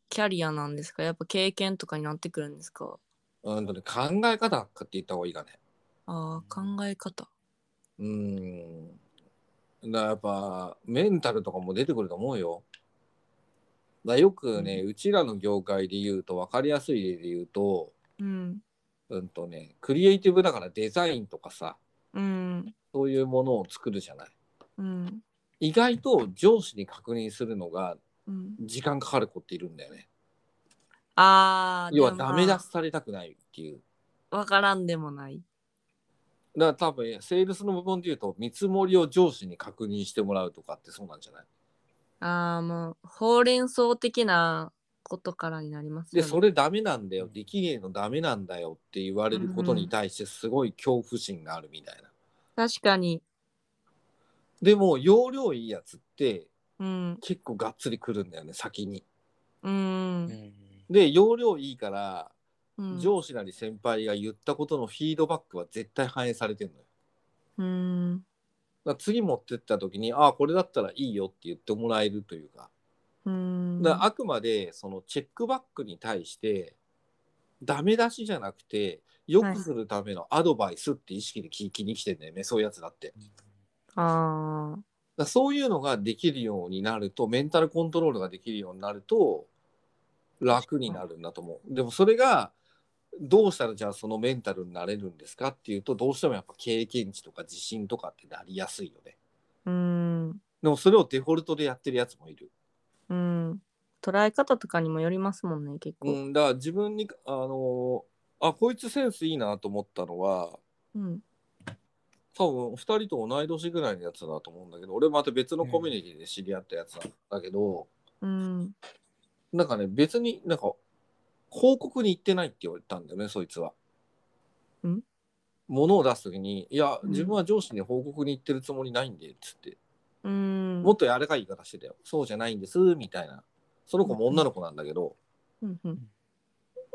キャリアなんですかやっぱ経験とかになってくるんですか
うんとね、考え方かって言った方がいいかね。
ああ、考え方。
うーん。だからやっぱメンタルとかも出てくると思うよ。だからよくね、うちらの業界で言うと分かりやすい例で言うと、
うん。
うんとね、クリエイティブだからデザインとかさ、
うん。
そういうものを作るじゃない。
うん。
意外と上司に確認するのが
うん、
時間かかる子っているんだよね。
ああ、
要は
でもまあ
ダメ出しされたくないっていう。
わからんでもない。
だから多分、セールスの部門で言うと、見積もりを上司に確認してもらうとかってそうなんじゃない
ああ、もう、ほうれん草的なことからになります
で、
よね。
それダメなんだよ、できねえのダメなんだよって言われることに対してすごい恐怖心があるみたいな。
確かに。
でも、容量いいやつって
うん。
結構がっつりくるんだよね、先に。
うん。
ん
で、容量いいから、
うん。
上司なり先輩が言ったことのフィードバックは絶対反映されてるのよ。
う
だ
ん。
から次持ってった時に、ああ、これだったらいいよって言ってもらえるというか。
うん。
だからあくまで、そのチェックバックに対して、ダメ出しじゃなくて、良くするためのアドバイスって意識で聞きに来てんだよね、そういうやつだって。
ああ。
だからそういうのができるようになるとメンタルコントロールができるようになると楽になるんだと思う。でもそれがどうしたらじゃあそのメンタルになれるんですかっていうとどうしてもやっぱ経験値とか自信とかってなりやすいよね。
うん。
でもそれをデフォルトでやってるやつもいる。
うん。捉え方とかにもよりますもんね、結
う
構。
ん、だから自分にあのーあこいつセンスいいなと思ったのは
うん。
多分2人と同い年ぐらいのやつだと思うんだけど俺また別のコミュニティで知り合ったやつなんだけど。
うん。
なんかね、別になんか、広告に行ってないって言われたんだよね、そいつは。
ん
物を出すときに、いや、
うん
自分は上司に報告に行ってるつもりないんで、っつって、
うん。
もっと柔らかい言い方してたよ。そうじゃないんです、みたいな。その子も女の子なんだけど、
うんうん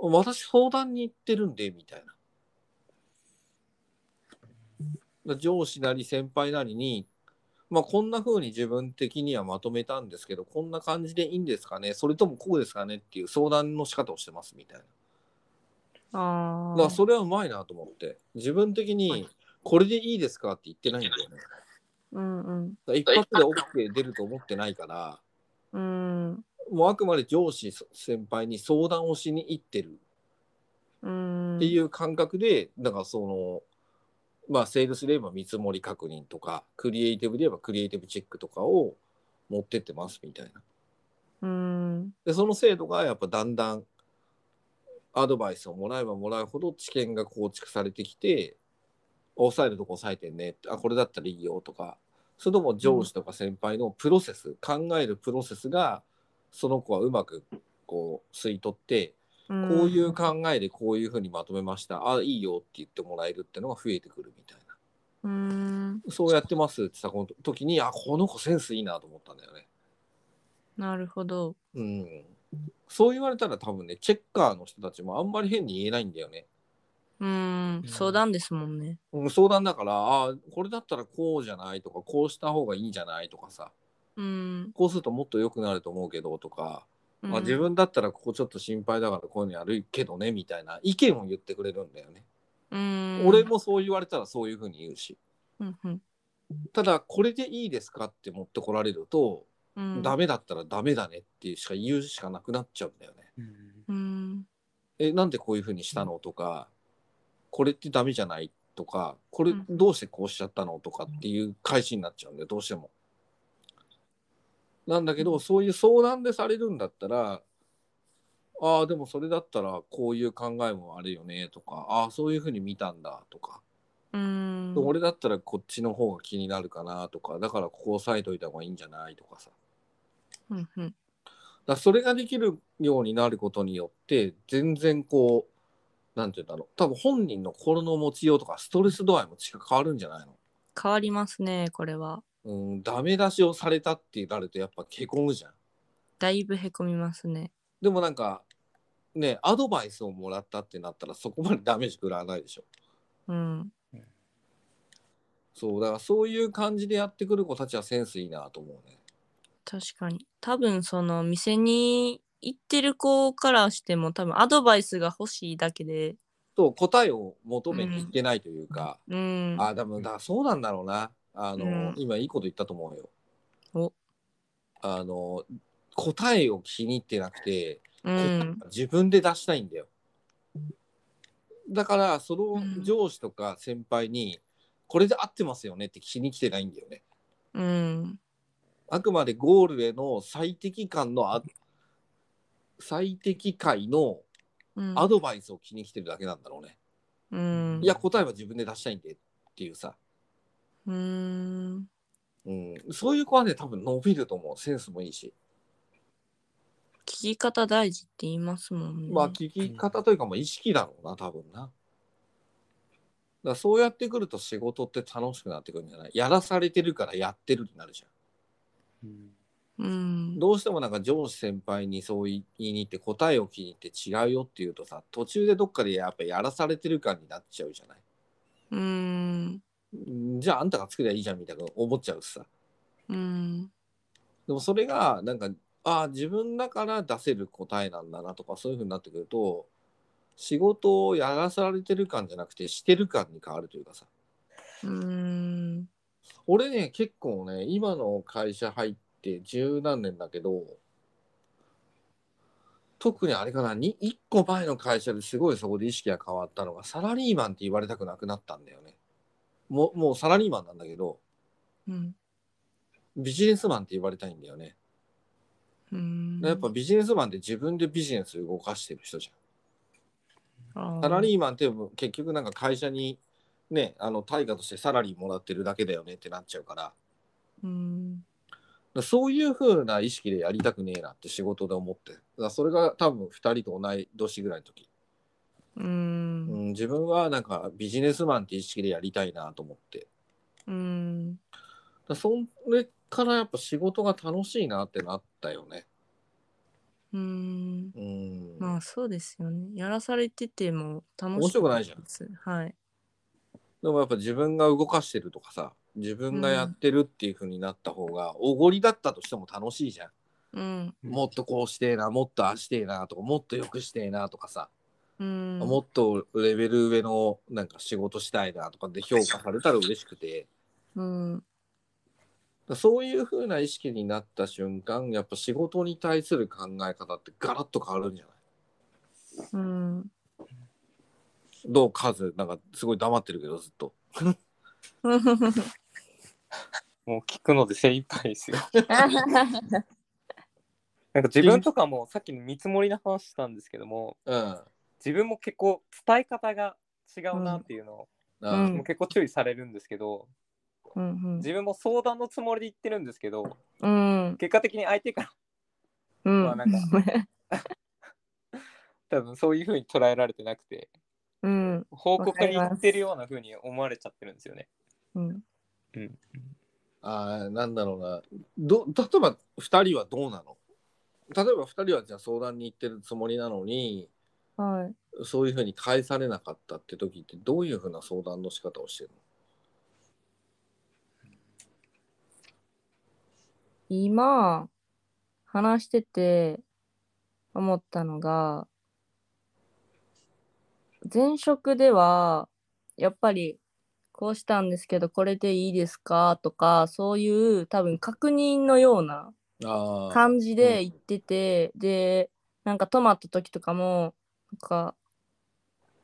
私相談に行ってるんで、みたいな。だ上司なり先輩なりに、まあ、こんな風に自分的にはまとめたんですけどこんな感じでいいんですかねそれともこうですかねっていう相談の仕方をしてますみたいな
あ
だから
あ。
それはうまいなと思って自分的にこれでいいですかって言ってないんだよね
うんうん。
だから一発で OK 出ると思ってないから
うん。
もうあくまで上司先輩に相談をしに行ってる
うん。。
っていうう感覚で、だからその、まあ、セールスで言えば見積もり確認とか、クリエイティブで言えばクリエイティブチェックとかを持ってってますみたいな。
うん。
で、その制度がやっぱだんだんアドバイスをもらえばもらうほど知見が構築されてきて、抑えるとこ抑えてんねあ、これだったらいいよとか、それとも上司とか先輩のプロセス、考えるプロセスが、その子はうまくこう吸い取って、こういう考えでこういうふうにまとめました。あ、いいよって言ってもらえるってのが増えてくるみたいな。
うん。
そうやってますってさ、この時に、あ、この子センスいいなと思ったんだよね。
なるほど。
うん。そう言われたら多分ね、チェッカーの人たちもあんまり変に言えないんだよね。
うん。相談ですもんね。
うん、相談だから、あ、これだったらこうじゃないとか、こうした方がいいんじゃないとかさ、
うん。
こうするともっと良くなると思うけどとか、
うん
あ自。分だったらここちょっと心配だからこういうのやるけどねみたいな意見を言ってくれるんだよね。
うん。
俺。もそう言われたらそういうふうに言うし。
うんうん。
ただこれでいいですかって持ってこられると、
うん。
ダメだったらダメだねっていうしか言うしかなくなっちゃうんだよね。
うん
うん。
えなんでこういうふうにしたのとかこれってダメじゃないとかこれ
うん
どうしてこうしちゃったのとかっていう返しになっちゃうんだよどうしても。なんだけどそういう相談でされるんだったらああでもそれだったらこういう考えもあるよねとかああそういうふうに見たんだとか
うん。
俺だったらこっちの方が気になるかなとかだからここ押さえといた方がいいんじゃないとかさ
うんうん。
だからそれができるようになることによって全然こうなんて言うんだろう多分本人の心の持ちようとかストレス度合いも違う変わるんじゃないの
変わりますね。これは。
うんダメ出しをされたってなるとやっぱへこむじゃん
だいぶへこみますね。
でもなんかねアドバイスをもらったってなったらそこまでダメージ食らわないでしょ
うん。
そうだからそういう感じでやってくる子たちはセンスいいなと思うね
確かに多分その店に行ってる子からしても多分アドバイスが欲しいだけで
と答えを求めにいってないというか、
うん
あでもだそうなんだろうなあの、
うん
今いいこと言ったと思うよ。
お
あの答えを気に入ってなくて
うん
自分で出したいんだよ。だからそうの
ん
上司とか先輩に、これで合ってますよねって気に来てないんだよね。
うん
あくまでゴールへの最適感のあ最適解の
うん
アドバイスを気に来てるだけなんだろうね。
うん
いや答えは自分で出したいんでっていうさ。
うん
うん、そういう子はね多分伸びると思うセンスもいいし、
聞き方大事って言いますもんね
まあ聞き方というかもう意識だろうな多分なだからそうやってくると仕事って楽しくなってくるんじゃないやらされてるからやってるになるじゃ
うん
うん
んどうしてもなんか上司先輩にそう言いに行って答えを聞いに行って違うよって言うとさ途中でどっかでやっぱやらされてる感になっちゃうじゃない
うん
うんじゃああんたが作りゃいいじゃんみたいな思っちゃうしさ
うん
でもそれがなんかああ自分だから出せる答えなんだなとかそういうふうになってくると仕事をやらされてる感じゃなくてしてる感に変わるというかさ
うん
俺ね結構ね今の会社入って十何年だけど特にあれかなに1個前の会社ですごいそこで意識が変わったのがサラリーマンって言われたくなくなったんだよねもうもうサラリーマンなんだけど
うん
ビジネスマンって言われたいんだよね
うん
やっぱビジネスマンって自分でビジネス動かしてる人じゃん
あ
サラリ
ー
ーマンって結局なんか会社にねあの対価としてサラリーもらってるだけだよねってなっちゃうからだか
うん
らそういう風な意識でやりたくねえなって仕事で思ってだからそれが多分2人と同い年ぐらいの時、
う
うんん、自分はなんかビジネスマンって意識でやりたいなと思ってだか
うん
らそれからやっぱ仕事が楽しいなってなったよね
うん
うん、
まあそうですよねやらされてても楽し
面白くないじゃん
ですはい
でもやっぱ自分が動かしてるとかさ自分がやってるっていう風になった方が、おごりだったとしても楽しいじゃん。
うん
うん
もっとこうしてえな、もっとああしてえなとか、もっと良くしてえなとかさ、
うん
もっとレベル上のなんか仕事したいなとかで評価されたら嬉しくて、
うん
だそういう風な意識になった瞬間、やっぱ仕事に対する考え方ってガラッと変わるんじゃない
うん
どうカズなんかすごい黙ってるけどずっと。
もう聞くので精一杯ですよ。 なんか自分とかもさっきの見積もりの話したんですけども、
うん。
自分も結構伝え方が違うなっていうのを、
うん
もう結構注意されるんですけど、
うん
自分も相談のつもりで言ってるんですけど、
うん
結果的に相手から
うん
まあなんか 多分そういう風に捉えられてなくて、
うん
報告に行ってるような風に思われちゃってるんですよね。
うん
ああ、なんだろうな。ど例えば2人はどうなの例えば2人はじゃあ相談に行ってるつもりなのに、
はい
そういうふうに返されなかったって時って、どういうふうな相談の仕方をしてる
今話してて思ったのが前職ではやっぱりこうしたんですけどこれでいいですかとかそういう多分確認のような
のああ。
感じで言ってて、でなんか止まった時とかもなんか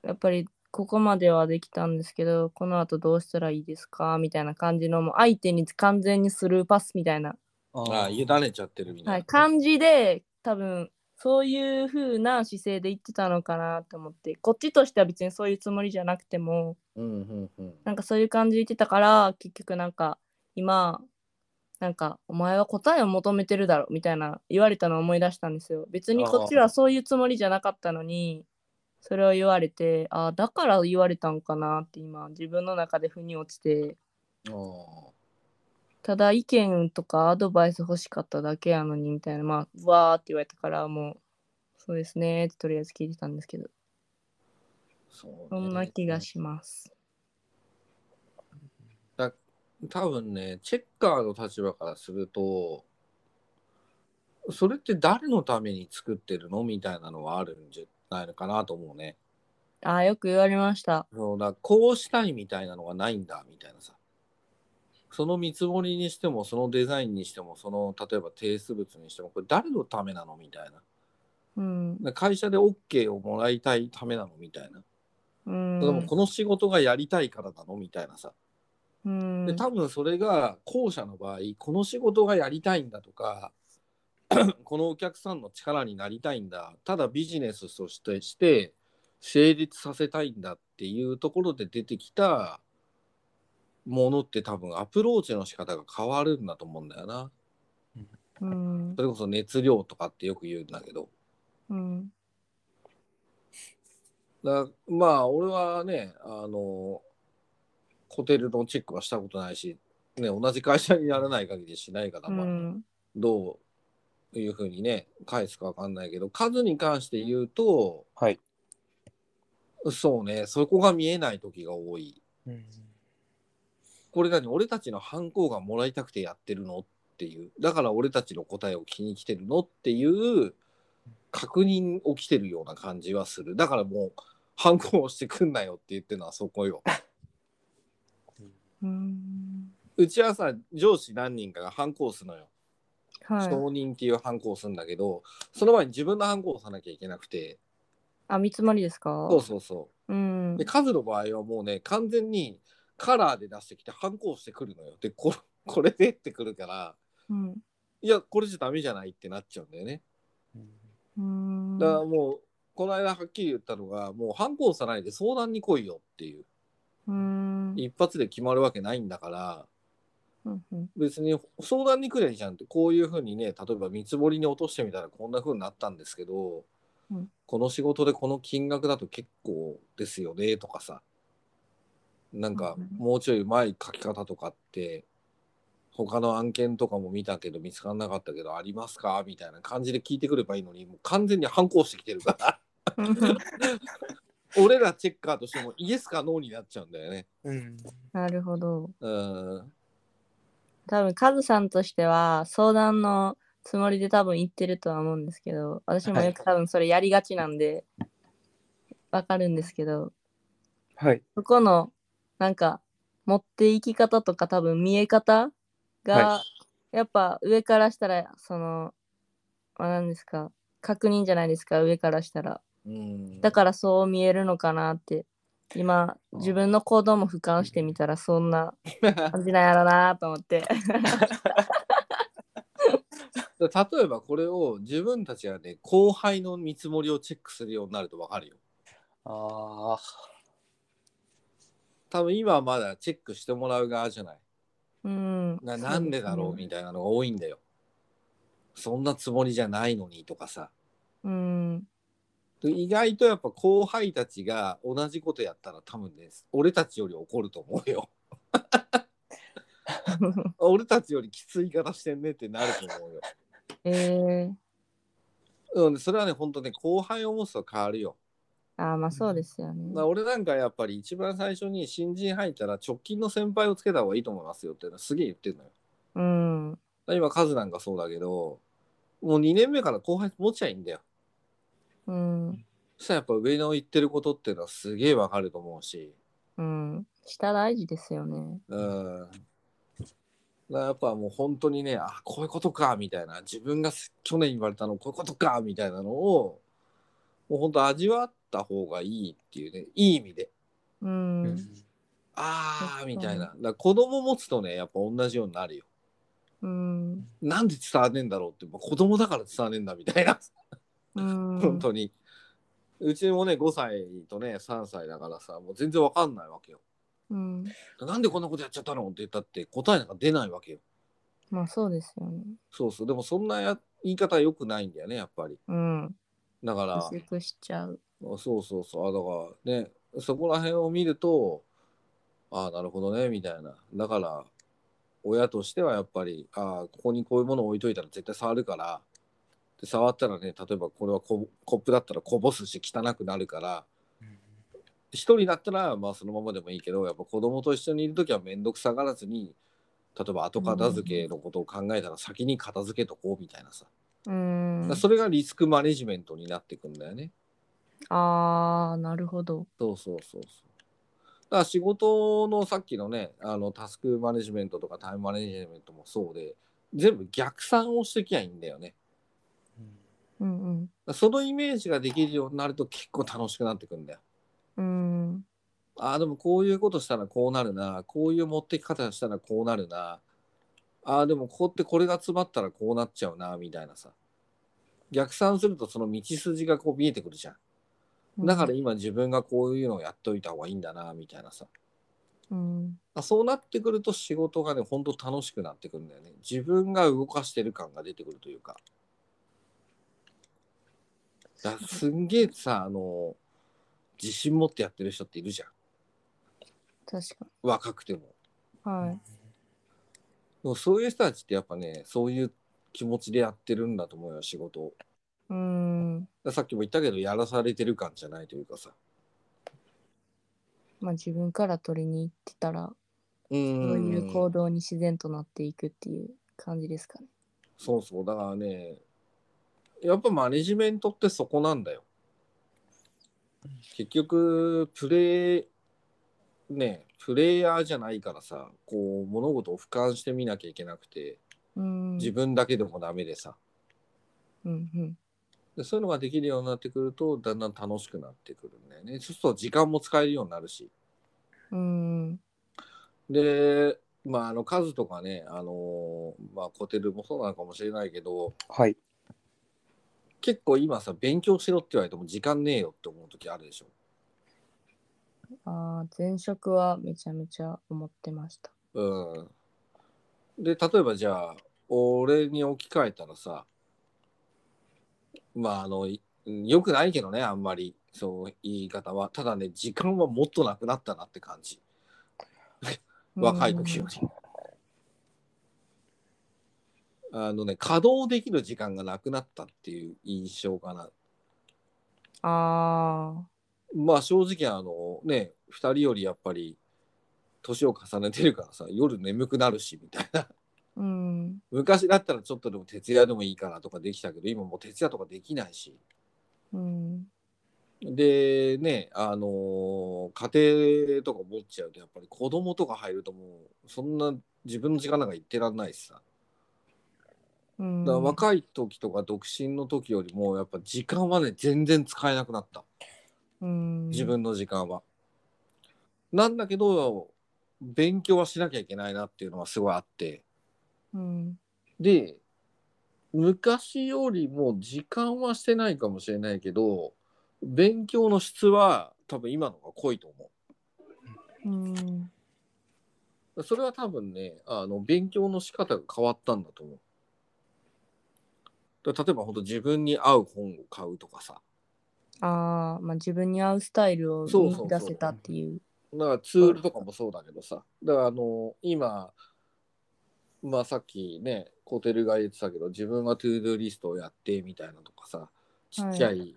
やっぱりここまではできたんですけどこの後どうしたらいいですかみたいな感じのもう相手に完全にスルーパスみたいな、
ああ、委ねちゃってるみた
はいい、感じで多分そういう風な姿勢で言ってたのかなと思ってこっちとしては別にそういうつもりじゃなくても、
な。うんうんうん。
なんかそういう感じで言ってたから結局なんか今なんかお前は答えを求めてるだろみたいな言われたのを思い出したんですよ別にこっちはそういうつもりじゃなかったのにそれを言われてああだから言われたんかなって今自分の中で腑に落ちて
あ
ただ意見とかアドバイス欲しかっただけやのにみたいなまあわーって言われたからもうそうですねってとりあえず聞いてたんですけど
あ、そう、ね。
そんな気がします
多分ね、チェッカーの立場からすると、それって誰のために作ってるのみたいなのはあるんじゃないのかなと思うね。
ああよく言われました
そうだこうしたいみたいなのがないんだみたいなさその見積もりにしてもそのデザインにしてもその例えば提出物にしてもこれ誰のためなのみたいな
うん
で会社で OK をもらいたいためなのみたいな、
うん
でもこの仕事がやりたいからなのみたいなさ
うん
で多分それが後者の場合この仕事がやりたいんだとか このお客さんの力になりたいんだただビジネスとしてして成立させたいんだっていうところで出てきたものって多分アプローチの仕方が変わるんだと思うんだよな。
うん
それこそ熱量とかってよく言うんだけど。
うん
だまあ俺はねあのホテルのチェックはしたことないし、ね、同じ会社にならない限りしないから、
う
まあ
ん
どういうふうにね返すか分かんないけど数に関して言うと
はい。
そうねそこが見えない時が多いこれ何俺たちの反抗がもらいたくてやってるのっていうだから俺たちの答えを気に来てるのっていう確認を来てるような感じはするだからもう反抗をしてくんなよって言ってるのはそこよ
うん
うちはさ上司何人かが反抗するのよ
はい
承認っていう反抗をするんだけどその前に自分の反抗をさなきゃいけなくて
あ見積もりですか
そうそうそう
うん
で、カズの場合はもうね、完全にカラーで出してきて、反抗してくるのよ。で、こ これでってくるから、
うん
いや、これじゃダメじゃないってなっちゃうんだよね。
うん
だからもう、この間はっきり言ったのが、もう反抗さないで相談に来いよっていう。
うん
一発で決まるわけないんだから、
うんうん
別に相談に来りゃいいじゃんって、こういうふうにね、例えば見積もりに落としてみたらこんなふうになったんですけど、
うん
この仕事でこの金額だと結構ですよねとかさ、なんか
うん
もうちょいうまい書き方とかって、他の案件とかも見たけど見つからなかったけどありますかみたいな感じで聞いてくればいいのに、もう完全に反抗してきてるから、 俺らチェッカーとしてもイエスかノーになっちゃうんだよね。
うん。
なるほど
うん
多分カズさんとしては相談のつもりで多分言ってるとは思うんですけど私もよく多分それやりがちなんでわかるんですけど
はい。
そこのなんか持っていき方とか多分見え方が
は
やっぱ上からしたらそのまあ何ですか確認じゃないですか上からしたら
うん
だからそう見えるのかなって今自分の行動も俯瞰してみたらそんな感じなんやろなと思って
だから 例えばこれを自分たちがね後輩の見積もりをチェックするようになると分かるよ
ああ、
多分今はまだチェックしてもらう側じゃない
うん
ななんでだろうみたいなのが多いんだよそんなつもりじゃないのにとかさ
うん
で意外とやっぱ後輩たちが同じことやったら多分ね俺たちより怒ると思うよ俺たちよりきつい言い方してんねってなると思うよ
えー、
うん、それはね、本当ね、後輩を持つと変わるよ。
あーまあそうですよね
だから俺なんかやっぱり一番最初に新人入ったら直近の先輩をつけた方がいいと思いますよっていうのはすげえ言ってるのよ。だか
うん
ら今、カズなんかそうだけど、もう2年目から後輩持ちゃいいんだよ。
うん
そしたらやっぱ上の言ってることっていうのはすげえわかると思うし、
うん下大事ですよね
うん。だからやっぱもう本当にね、あ、こういうことか、みたいな、自分が去年言われたの、こういうことか、みたいなのを、もう本当味わった方がいいっていうね、いい意味で。
うん、うん
あー
そっか
みたいなだから子供持つとねやっぱ同じようになるよ
うん
なんで伝わんねえんだろうって、まあ、子供だから伝わんねえんだみたいな 本当に、うちもね5歳とね3歳だからさもう全然わかんないわけよ
うん、
なんでこんなことやっちゃったのって言ったって答えなんか出ないわけよ
まあそうですよね
そうそうでもそんなや言い方良くないんだよねやっぱり
うん
だから
薄くしちゃう
そうそうそうあだからねそこら辺を見るとああなるほどねみたいなだから親としてはやっぱりああここにこういうものを置いといたら絶対触るからで触ったらね例えばこれはココップだったらこぼすし汚くなるから一人だったらまあそのままでもいいけどやっぱ子供と一緒にいる時は面倒くさがらずに例えば後片付けのことを考えたら先に片付けとこうみたいなさ、
うん
だからそれがリスクマネジメントになっていくんだよね。
ああなるほど
そうそうそうそう。だから仕事のさっきのね、あのタスクマネジメントとかタイムマネジメントもそうで、全部逆算をしてきゃいいんだよね。
うん
だからそのイメージができるようになると結構楽しくなってくんだよ。
うんうん
ああ、でもこういうことしたらこうなるな。こういう持ってき方したらこうなるな。ああ、でもここってこれが詰まったらこうなっちゃうな、みたいなさ。逆算するとその道筋がこう見えてくるじゃん。だから今自分がこういうのをやっといた方がいいんだな、みたいなさ。
うん
あそうなってくると仕事がねほんと楽しくなってくるんだよね自分が動かしてる感が出てくるというかだからすんげえさあの自信持ってやってる人っているじゃん
確か
若くても
にはい
でもそういう人たちってやっぱねそういう気持ちでやってるんだと思うよ仕事をだか
うん
らさっきも言ったけどやらされてる感じゃないというかさ
まあ自分から取りに行ってたら
う
そ
ー
うんいう行動に自然となっていくっていう感じですかね
そうそうだからねやっぱマネジメントってそこなんだよ結局プレイねプレイヤーじゃないからさこう物事を俯瞰してみなきゃいけなくて
うん
自分だけでもダメでさ
うんうん
でそういうのができるようになってくるとだんだん楽しくなってくるんだよねそうすると時間も使えるようになるし
うん
でまああの数とかねあのまあコテルもそうなのかもしれないけど
はい。
結構今さ勉強しろって言われても時間ねえよって思う時あるでしょ
ああ前職はめちゃめちゃ思ってました
うん。で、例えばじゃあ、俺に置き換えたらさ、まあ、あの、いよくないけどね、あんまり、そう言い方は。ただね、時間はもっとなくなったなって感じ。若い時より。あのね、稼働できる時間がなくなったっていう印象かな。
うんあ
まあ正直あのね、2人よりやっぱり、年を重ねてるからさ、夜眠くなるし、みたいな。
うん。
昔だったらちょっとでも徹夜でもいいからとかできたけど今もう徹夜とかできないし
うん。
でねあのー家庭とか持っちゃうとやっぱり子供とか入るともうそんな自分の時間なんか言ってらんないしさ
うん
だから若い時とか独身の時よりもやっぱ時間はね全然使えなくなった
うん
自分の時間は。なんだけど勉強はしなきゃいけないなっていうのはすごいあって。
うん。
で昔よりも時間はしてないかもしれないけど勉強の質は多分今のが濃いと思
うん。
うそれは多分ねあの勉強の仕方が変わったんだと思うだ例えば本当自分に合う本を買うとかさ
ああ、まあ自分に合うスタイルを
そう
見
そうそう
出せたっていう。
だからツールとかもそうだけどさだからあの今まあさっきねコテルが言ってたけど自分はトゥードゥーリストをやってみたいなとかさちっちゃい、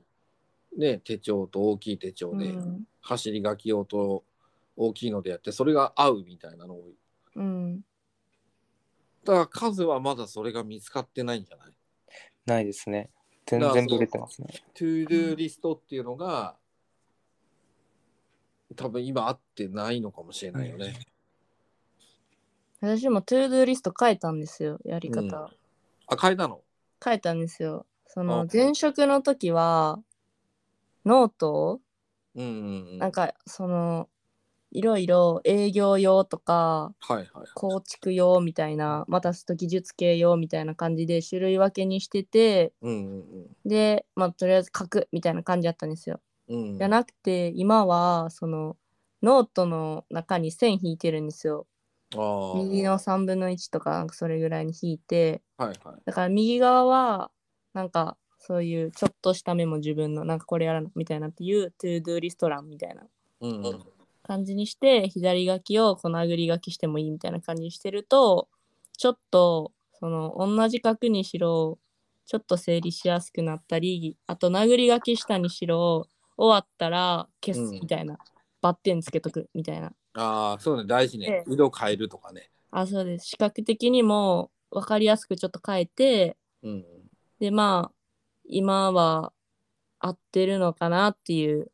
ね、手帳と大きい手帳で、
うん
走り書き用と大きいのでやってそれが合うみたいなのを
うん。
だから数はまだそれが見つかってないんじゃない
ないですね。全然ブレてますね。
トゥードゥーリストっていうのが、多分今合ってないのかもしれないよね、
私もトゥードゥーリスト変えたんですよ、やり方。
うんあ変えたの
変えたんですよ。そ
あ
の前職の時は、ノートを
うんうんうん
なんかそのいろいろ営業用とか
はいはい
構築用みたいなまたすと技術系用みたいな感じで種類分けにしてて
うんうん
でまあとりあえず書くみたいな感じだったんですよ。
うんうん
じゃなくて今はそのノートの中に線引いてるんですよ。
あー
右の3分の1とかなんかそれぐらいに引いて
はいはい
だから右側はなんかそういうちょっとしたメモ自分のなんかこれやらなみたいなっていうトゥードゥーリスト欄みたいな
うんうん
感じにして左書きをこのあぐり書きしてもいいみたいな感じにしてるとちょっとその同じ角にしろちょっと整理しやすくなったりあと殴り書きしたにしろ終わったら消すみたいな、バッテンつけとくみたいな
ああそうね大事ね
ええ
色変えるとかね
あそうです視覚的にも分かりやすくちょっと変えて
うん
でまあ今は合ってるのかなっていう、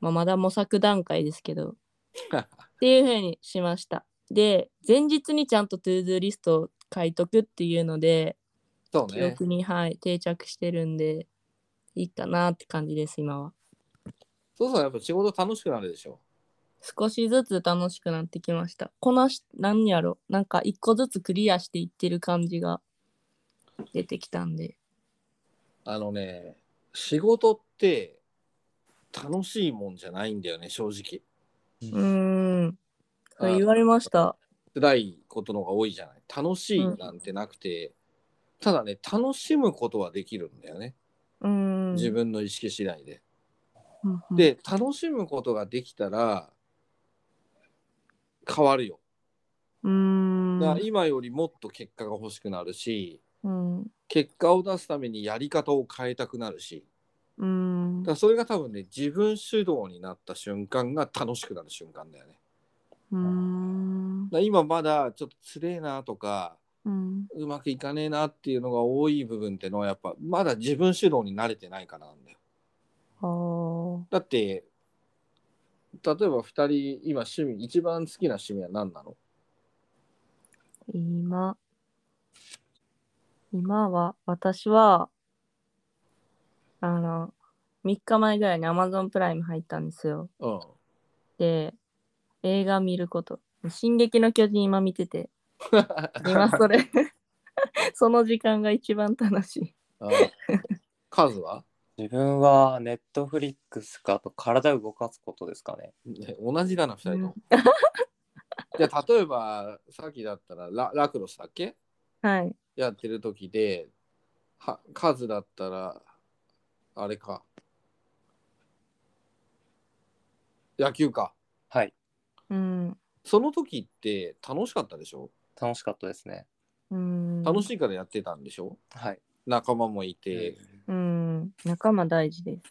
まあ、まだ模索段階ですけどっていう風にしましたで前日にちゃんとトゥードゥーリストを書いとくっていうので
そう
記
ね
憶に、はい定着してるんでいいかなって感じです今は
そうそうやっぱ仕事楽しくなるでしょ
少しずつ楽しくなってきましたこなし何やろなんか一個ずつクリアしていってる感じが出てきたんで
あのね、仕事って楽しいもんじゃないんだよね、正直。
うーんそれ
あ
言われました
辛いことの方が多いじゃない。楽しいなんてなくて、ただね、楽しむことはできるんだよね。
うーん
自分の意識次第で。
うんうん
で、楽しむことができたら、変わるよ。
うーん
だから今よりもっと結果が欲しくなるし、
うん
結果を出すためにやり方を変えたくなるし、
うん
だからそれが多分ね、自分主導になった瞬間が楽しくなる瞬間だよね。
うん
だから今まだちょっとつれえなとか
うん
うまくいかねえなっていうのが多い部分ってのはやっぱまだ自分主導に慣れてないからなんだよ。
あー
だって例えば2人今趣味一番好きな趣味は何なの
今今は私はあの3日前ぐらいに Amazon プライム入ったんですよ
うん。
で映画見ること「進撃の巨人」今見てて 今それその時間が一番楽しい
あ数は、
自分はネットフリックスかあと体を動かすことですかね。
ね同じだな2人とも
う。
じゃあ例えばさっきだったらララクロスだっけ
はい
やってる時では数だったらあれか野球か。
はい、
うん
その時って楽しかったでしょ
楽しかったですね。
うん
楽しいからやってたんでしょ、
はい。
仲間もいて、だか
うん仲間大事です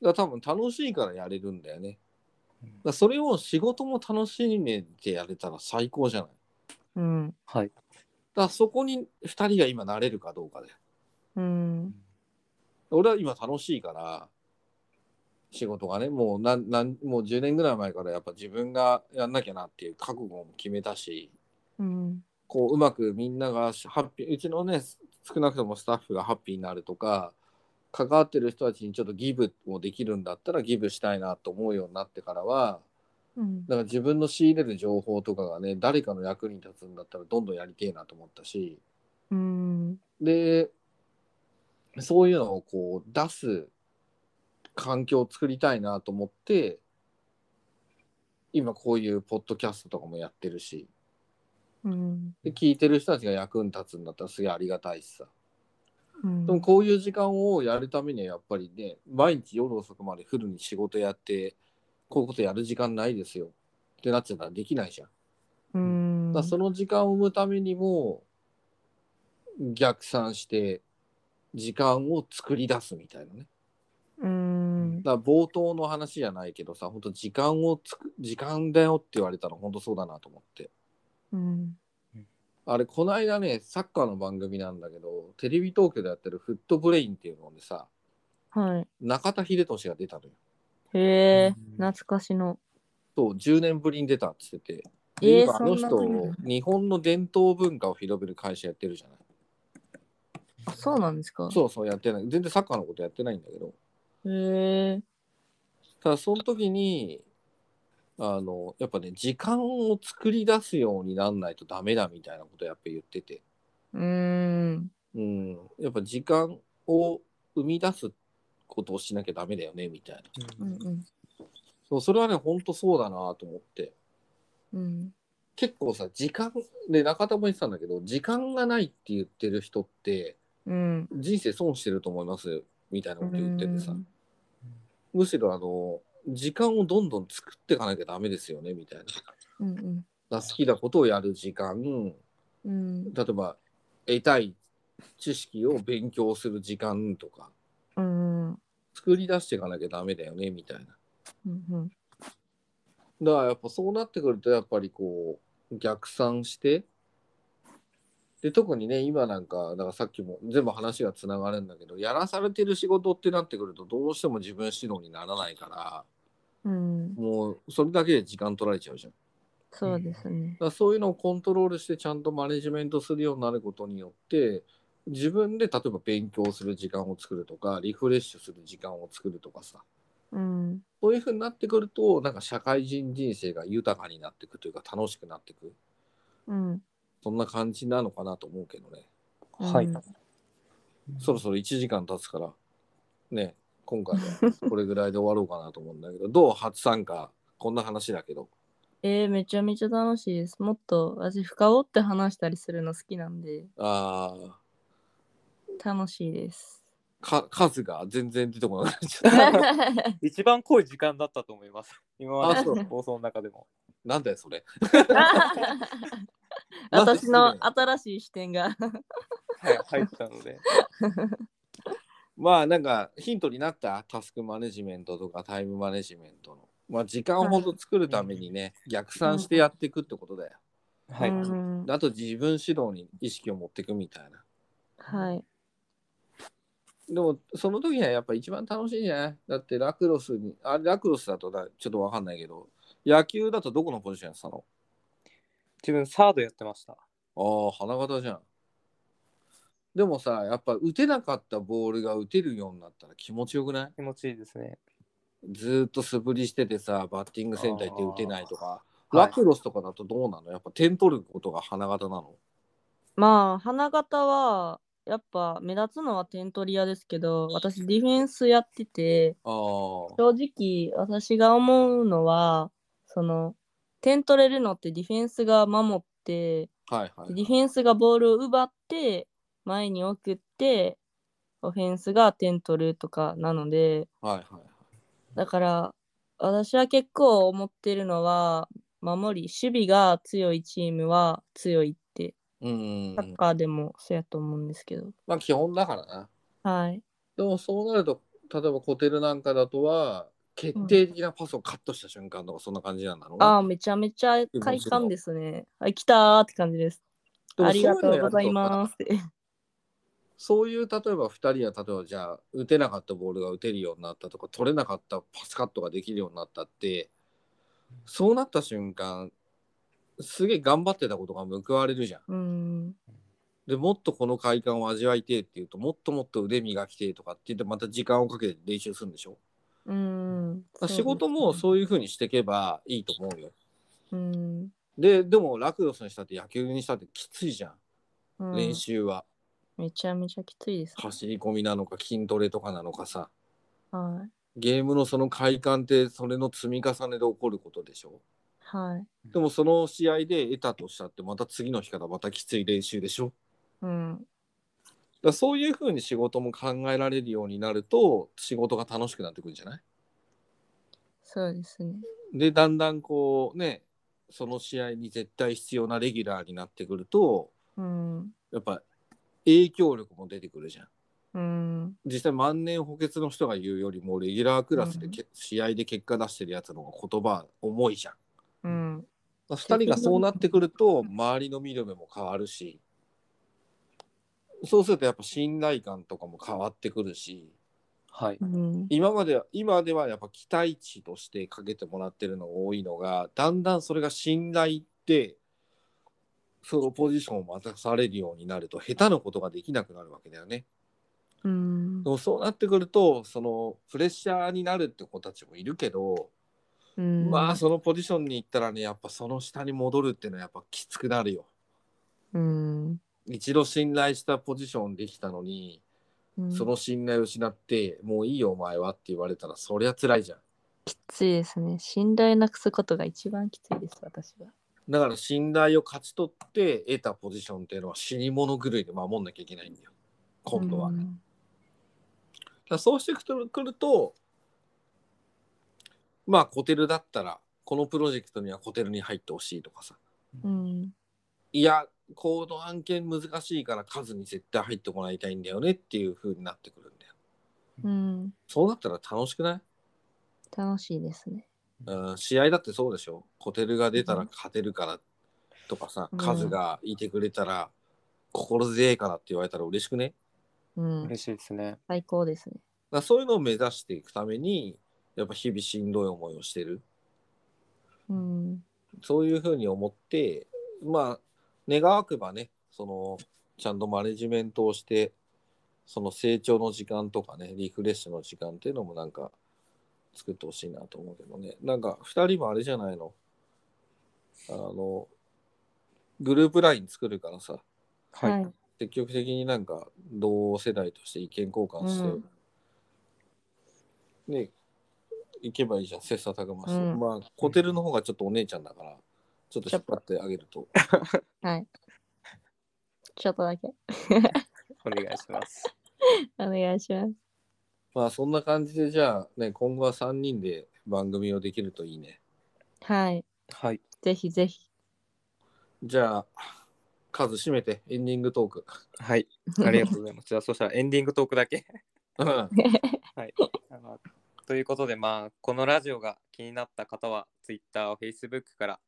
ら多分楽しいからやれるんだよね。だからそれを仕事も楽しめてやれたら最高じゃない
うん
はい。
からそこに2人が今慣れるかどうかで
うん。
俺は今楽しいから仕事がねもうなんなんもう10年ぐらい前からやっぱ自分がやんなきゃなっていう覚悟も決めたし
うん。
こううまくみんながしハッピーうちのね少なくともスタッフがハッピーになるとか関わってる人たちにちょっとギブをできるんだったらギブしたいなと思うようになってからは
うん。
だから自分の仕入れる情報とかがね誰かの役に立つんだったらどんどんやりてえなと思ったし
うん。
でそういうのをこう出す環境を作りたいなと思って今こういうポッドキャストとかもやってるし
うん。
で聞いてる人たちが役に立つんだったらすげえありがたいしさ
うん
でもこういう時間をやるためにはやっぱりね毎日夜遅くまでフルに仕事やってこういうことやる時間ないですよってなっちゃったらできないじゃん。
うん。
だからその時間を生むためにも逆算して時間を作り出すみたいなね
うん。
だから冒頭の話じゃないけどさ本当時間をつく時間だよって言われたの本当そうだなと思って
うん。
あれこの間ねサッカーの番組なんだけどテレビ東京でやってる「フットブレイン」っていうのでさ
はい。
中田英寿が出たのよ
へえ
う、ん
懐かしの。
そう10年ぶりに出たっつってて
え
で
ー
今あの人
そんな前なの
日本の伝統文化を広める会社やってるじゃない
あ、そうなんですか。
そうそうやってない全然サッカーのことやってないんだけど
へえ。
ただその時にあのやっぱね時間を作り出すようになんないとダメだみたいなことをやっぱ言ってて、
うん。
うん、やっぱ時間を生み出すことをしなきゃダメだよねみたいな
うん。
そうそれはねほんとそうだなと思って
うん。うん。
結構さ時間で中田も言ってたんだけど時間がないって言ってる人って
うん。
人生損してると思いますみたいなこと言っててさ、
うん
むしろあの時間をどんどん作っていかなきゃダメですよねみたいなだか
うん。
ら好きなことをやる時間
うん。
例えば得たい知識を勉強する時間とか
うん。
作り出していかなきゃダメだよねみたいな
うん。
だからやっぱそうなってくるとやっぱりこう逆算してで特にね今なんかだからさっきも全部話がつながるんだけどやらされてる仕事ってなってくるとどうしても自分指導にならないから
うん。
もうそれだけで時間取られちゃうじゃん。
そうですね
だ。からそういうのをコントロールしてちゃんとマネジメントするようになることによって自分で例えば勉強する時間を作るとかリフレッシュする時間を作るとかさ
うん。
そういうふうになってくるとなんか社会人人生が豊かになっていくというか楽しくなっていく
うん。
そんな感じなのかなと思うけどね
はい。
うん
そろそろ1時間経つからね今回はこれぐらいで終わろうかなと思うんだけど どう初参加こんな話だけど
えー、めちゃめちゃ楽しいです。もっと私、深掘って話したりするの好きなんで、
あー
楽しいです。
か数が全然出てこなくなっちゃ った。
な
一番濃い時間だったと思います。今ま
あ
で
そう
の放送の中でも。
なんだよそれ。
私の新しい視点が。
はい、入ったので。
まあなんかヒントになったタスクマネジメントとかタイムマネジメントの、まあ、時間をほんと作るためにね、逆算してやっていくってことだよ。
はい。
うん
あと自分指導に意識を持っていくみたいな。
はい。
でもその時はやっぱ一番楽しいんじゃないだってラクロスにあれラクロスだとだちょっとわかんないけど野球だとどこのポジションやってたの
自分サードやってました。
ああ花形じゃん。でもさやっぱ打てなかったボールが打てるようになったら気持ちよくない
気持ちいいですね。
ずーっと素振りしててさバッティングセンター行って打てないとか
あーはい
ラクロスとかだとどうなのやっぱ点取ることが花形なの
まあ、花形は、やっぱ目立つのは点取り屋ですけど、私、ディフェンスやってて、
あ
正直私が思うのはその点取れるのってディフェンスが守って
あはいはい、
ディフェンスがボールを奪って前に送ってオフェンスが点取るとかなので
はいはいはい
だから私は結構思ってるのは守り守備が強いチームは強いって
う
サッ
ん
カーでもそうやと思うんですけど、
まあ基本だからな
はい
でもそうなると例えばコテルなんかだとは決定的なパスをカットした瞬間とかそんな感じなんだろう
あ
な、
あめちゃめちゃ快感ですねはい来たーって感じです
でも
ありが
そ
と
いうのや
ご
ると
ざいます。
そういう例えば2人は例えばじゃあ打てなかったボールが打てるようになったとか取れなかったパスカットができるようになったってそうなった瞬間すげえ頑張ってたことが報われるじゃん。
うん。
でもっとこの快感を味わいてえっていうともっともっと腕磨きてえとかって言ってまた時間をかけて練習するんでしょ
うん。
だから仕事もそういうふうにしていけばいいと思うよ。
うん。
ででもラクロスにしたって野球にしたってきついじゃ
うんん。
練習は、
めちゃめちゃきついです、ね。
走り込みなのか筋トレとかなのかさ。
はい。
ゲームのその快感ってそれの積み重ねで起こることでしょ
はい。
でもその試合で得たとしたってまた次の日からまたきつい練習でしょだか
うん。
らそういうふうに仕事も考えられるようになると仕事が楽しくなってくるんじゃない
そうですね。
でだんだんこうねその試合に絶対必要なレギュラーになってくると
うん。
やっぱ影響力も出てくるじゃん
うん。
実際万年補欠の人が言うよりもレギュラークラスでけ、試合で結果出してるやつの方が言葉重いじゃん
うん。
2人がそうなってくると周りの見る目も変わるしそうするとやっぱ信頼感とかも変わってくるし
はい。
うん。
今までは今ではやっぱ期待値としてかけてもらってるのが多いのがだんだんそれが信頼ってそのポジションを任されるようになると下手なことができなくなるわけだよね。
うん
で。もそうなってくるとそのプレッシャーになるって子たちもいるけど、
うん
まあそのポジションに行ったらねやっぱその下に戻るっていうのはやっぱきつくなるよ。
うん。
一度信頼したポジションできたのに、
うん
その信頼を失ってもういいよお前はって言われたらそりゃ辛いじゃん
きついですね。信頼なくすことが一番きついです、私は。
だから信頼を勝ち取って得たポジションっていうのは死に物狂いで守んなきゃいけないんだよ今度は、
う
だか
ん
らそうしてくるとまあコテルだったらこのプロジェクトにはコテルに入ってほしいとかさ
うん。
いやコード案件難しいから数に絶対入ってもらいたいんだよねっていう風になってくるんだよ
うん。
そうなったら楽しくない
楽しいですね。
うん、試合だってそうでしょコテルが出たら勝てるからとかさ、
うん
カズがいてくれたら心強いからって言われたら嬉しくねだか
うん。
嬉しいですね。
最高ですね。
らそういうのを目指していくためにやっぱ日々しんどい思いをしてる
うん。
そういうふうに思ってまあ願わくばねそのちゃんとマネジメントをしてその成長の時間とかねリフレッシュの時間っていうのもなんか作ってほしいなと思うけどねなんか2人もあれじゃないのあのグループライン作るからさ
はい。
はい
積極的になんか同世代として意見交換して、ね行けばいいじゃん切磋琢磨して、
うん
まあコテルの方がちょっとお姉ちゃんだからちょっと引っ張ってあげると
はい。ちょっとだけ。
お願いします。
お願いします。
まあそんな感じでじゃあね今後は3人で番組をできるといいね
はい。
はい。
ぜひぜひ。
じゃあ数締めてエンディングトーク
はい。ありがとうございます。じ ゃあ、そしたらエンディングトークだ け。
うん
はい。あのということで、まあ、このラジオが気になった方は、Twitter、Facebook から、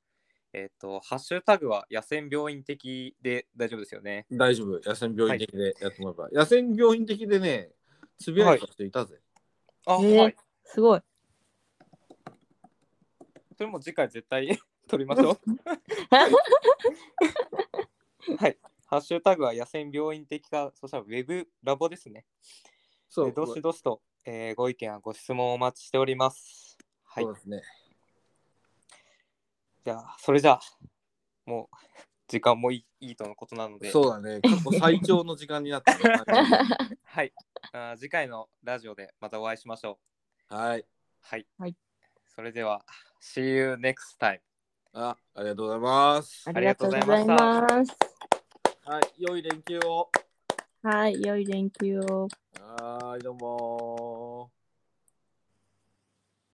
えっ、と、ハッシュタグは野戦病院的で大丈夫ですよね。
大丈夫野戦病院的でやってもらえば、野戦病院的でねつぶやいた人いたぜ、
あ、
えー
はい。
すごい。
それも次回絶対 取りましょう。はい。ハッシュタグは野戦病院的か、そしたらウェブラボですね。
そ
で
う
どしどしと、えーご意見やご質問をお待ちしております。はい
そ。うですね
じゃあ、それじゃあ、もう時間もいいいいとのことなので、
そうだね過去最長の時間になったね
はいあー。次回のラジオでまたお会いしましょう。
はい
はい。
はい
それでは、See you next time.
あありがとうございます
あ
り
り
がと
が
う
とう
ご
ご
ざいま
ざ
した
います。
はい良い連休を
はい。良い連休を。
はいどうもー